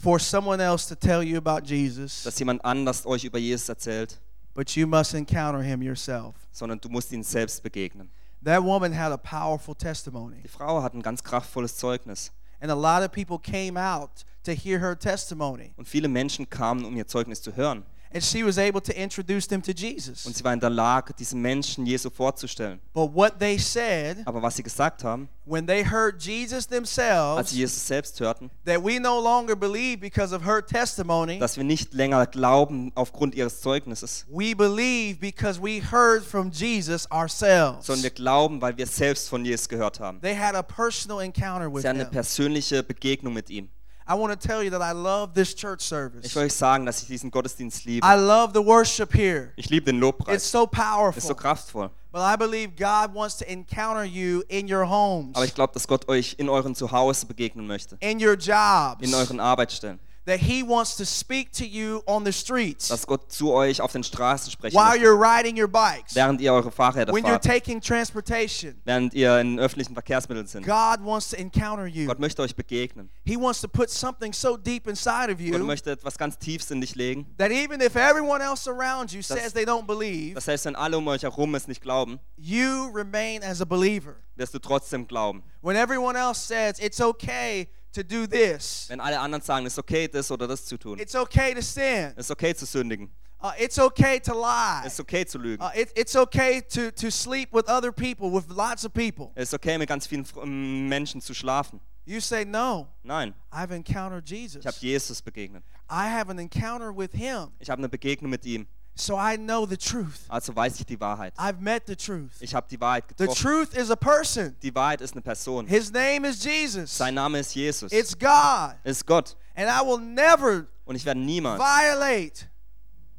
for someone else to tell you about Jesus,
dass jemand anders euch über Jesus erzählt,
but you must encounter him yourself.
sondern du musst ihn selbst begegnen.
That woman had a powerful testimony,
Die Frau hat ein ganz kraftvolles Zeugnis
and a lot of people came out to hear her testimony,
und viele Menschen kamen, um ihr Zeugnis zu hören.
and she was able to introduce them to
Und
Jesus.
sie war in der Lage, diesen Menschen Jesu vorzustellen.
But what they said
Aber was sie gesagt haben,
when they heard Jesus
als sie
themselves,
Jesus selbst hörten,
that we no longer believe because of her testimony,
dass wir nicht länger glauben aufgrund ihres Zeugnisses,
We believe because we heard from Jesus ourselves.
sondern wir glauben, weil wir selbst von Jesus gehört haben.
They had a personal encounter with
Sie hatten
him.
eine persönliche Begegnung mit ihm.
I want to tell you that I love this church
Ich
service.
will euch sagen, dass ich diesen Gottesdienst liebe.
I love the worship here.
Ich liebe den
It's
Lobpreis.
so
Ist so
powerful.
kraftvoll.
But I believe God wants to encounter you in your homes,
Aber ich glaube, dass Gott euch in eurem Zuhause begegnen möchte,
in your jobs,
in euren Arbeitsstellen,
that He wants to speak to you on the streets
dass Gott zu euch auf den Straßen sprechen
while
möchte,
you're riding your bikes,
während ihr eure Fahrräder
when you're
fahrt,
taking transportation.
während ihr in öffentlichen Verkehrsmitteln sind.
God wants to encounter you.
Gott möchte euch begegnen.
He wants to put something so deep inside of
Gott
you
möchte etwas ganz Tiefes in dich legen,
that even if everyone else around you says they don't believe,
dass selbst wenn alle um euch herum es nicht glauben,
you remain as a believer.
wirst du trotzdem glauben.
When everyone else says it's okay to do this,
Wenn alle anderen sagen, es ist okay, das oder das zu tun,
it's okay to sin,
es ist okay zu sündigen,
Uh, it's okay to lie.
Es ist okay zu lügen.
Uh, it, it's okay to, to sleep with other people, with lots of people.
Es ist okay, mit ganz vielen Fr- ähm, Menschen zu schlafen.
You say, No,
Nein,
I've encountered
ich habe
Jesus.
Jesus begegnet.
I have an encounter with Him,
Ich habe eine Begegnung mit ihm.
so I know the truth.
Also weiß ich die Wahrheit.
I've met the truth.
Ich habe die Wahrheit
The
getroffen.
truth is a person,
Die Wahrheit ist eine Person.
His name is Jesus,
Sein Name ist Jesus. Es
it's God,
ist Gott.
and I will never
Und ich werde niemals
violate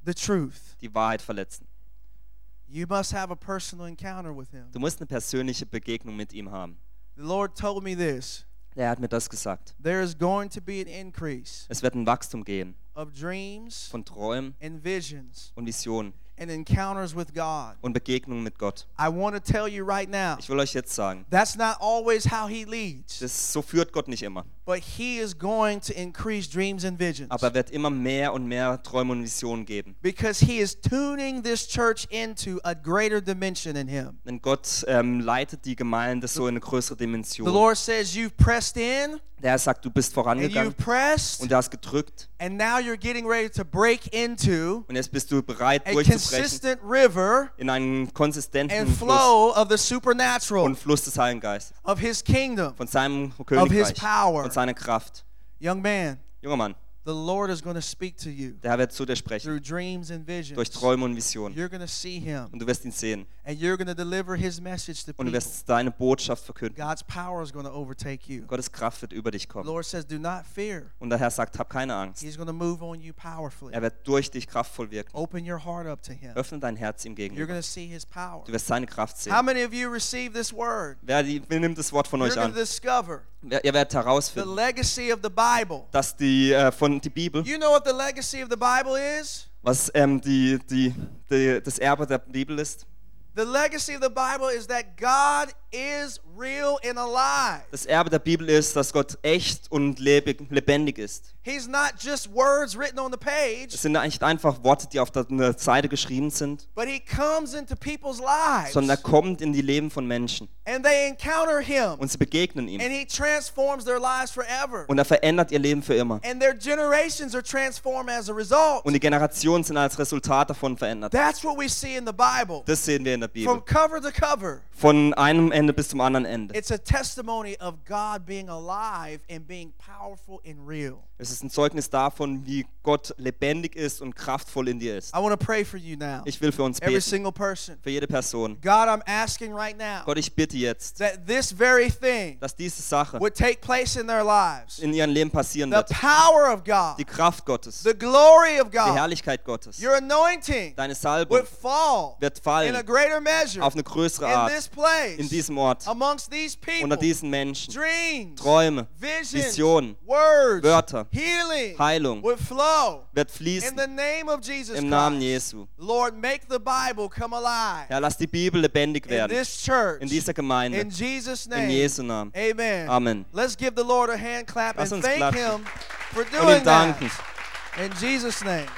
the truth.
die Wahrheit verletzen.
You must have a personal encounter with Him.
Du musst eine persönliche Begegnung mit ihm haben.
The Lord told me this
Er hat mir das gesagt.
there is going to be an increase
Es wird ein Wachstum geben
of dreams
von Träumen
and visions
und Visionen
and encounters with God.
und Begegnungen mit Gott.
I want to tell you right now
Ich will euch jetzt sagen,
that's not always how He leads,
das, so führt Gott nicht immer.
but He is going to increase dreams and visions
Aber er wird immer mehr und mehr Träume und Visionen geben.
because He is tuning this church into a greater dimension in Him.
Denn Gott ähm, leitet die Gemeinde so in eine größere
The
Dimension.
Lord says, You've pressed in
Der Herr sagt, du bist
and
vorangegangen
you've pressed,
und du hast gedrückt
and now you're getting ready to break into
und jetzt bist du bereit
a
durchzubrechen
consistent river
in einen konsistenten
and
Fluss
flow of the
und
supernatural
Fluss des Heiligen Geistes,
of his kingdom.
von seinem
his
Königreich,
power.
von seiner Kraft.
Young man,
Junger Mann,
the Lord is going to speak to you
der Herr wird zu dir sprechen,
through dreams and visions.
durch Träume und Visionen.
You're going to see him
Und du wirst ihn sehen
and you're going to deliver his message to
und du
people.
wirst deine Botschaft verkünden.
God's power is going to overtake you.
Gottes Kraft wird über dich
The
kommen.
Lord says, Do not fear.
Und der Herr sagt, hab keine Angst.
He's going to move on you powerfully.
Er wird durch dich kraftvoll wirken.
Open your heart up to him.
Öffne dein Herz ihm
You're going
gegenüber.
to see his power.
Du wirst seine Kraft
How
sehen.
many of you receive this word?
Wer, die, wer nimmt das Wort von
You're
euch
going to
an?
discover
Wer, ihr werdet
the
herausfinden,
legacy of the Bible.
dass die, äh, von, die Bibel
You know what the legacy of the Bible is?
was ähm, die, die, die, das Erbe der Bibel ist.
The legacy of the Bible is that God is real and alive.
Das Erbe der Bibel ist, dass Gott echt und lebig, lebendig ist.
He's not just words written on the page,
Es sind nicht einfach Worte, die auf der einer Seite geschrieben sind,
but He comes into people's lives
sondern er kommt in die Leben von Menschen
and they encounter Him
und sie begegnen ihm.
and He transforms their lives forever.
Und er verändert ihr Leben für immer.
And their generations are transformed as a result.
Und die Generationen sind als Resultat davon verändert.
That's what we see in the Bible.
Das sehen wir in der Bibel.
From cover to cover,
Von einem Ende bis zum anderen Ende.
it's a testimony of God being alive and being powerful and real.
Es ist ein Zeugnis davon, wie Gott lebendig ist und kraftvoll in dir ist.
I want to pray for you now,
Ich will für uns
every
beten,
single person.
für jede Person.
God, I'm asking right now
Gott, ich bitte jetzt,
that this very thing
dass diese Sache
would take place in their lives.
in ihrem Leben passieren
The
wird.
power of God,
Die Kraft Gottes, die
the glory of God,
Herrlichkeit Gottes,
your anointing
deine Salbung
would fall
wird
in a
fallen
greater measure
auf eine größere
in
Art
this place,
in diesem Ort,
amongst these people.
unter diesen Menschen.
Dreams,
Träume,
visions,
Visionen,
words,
Wörter,
healing
Heilung
would flow
wird
in
fließen
the name of Jesus
im Namen
Christ.
Jesu.
Lord, make the Bible come alive
Herr, lass die Bibel lebendig
in
werden
this church.
in dieser Gemeinde,
in Jesus' name.
in Jesu Namen.
Amen.
Amen.
Let's give the Lord a hand clap
Lass
and
uns
thank
klatschen.
him for
Und
doing
ihm danken.
that. In Jesus' name.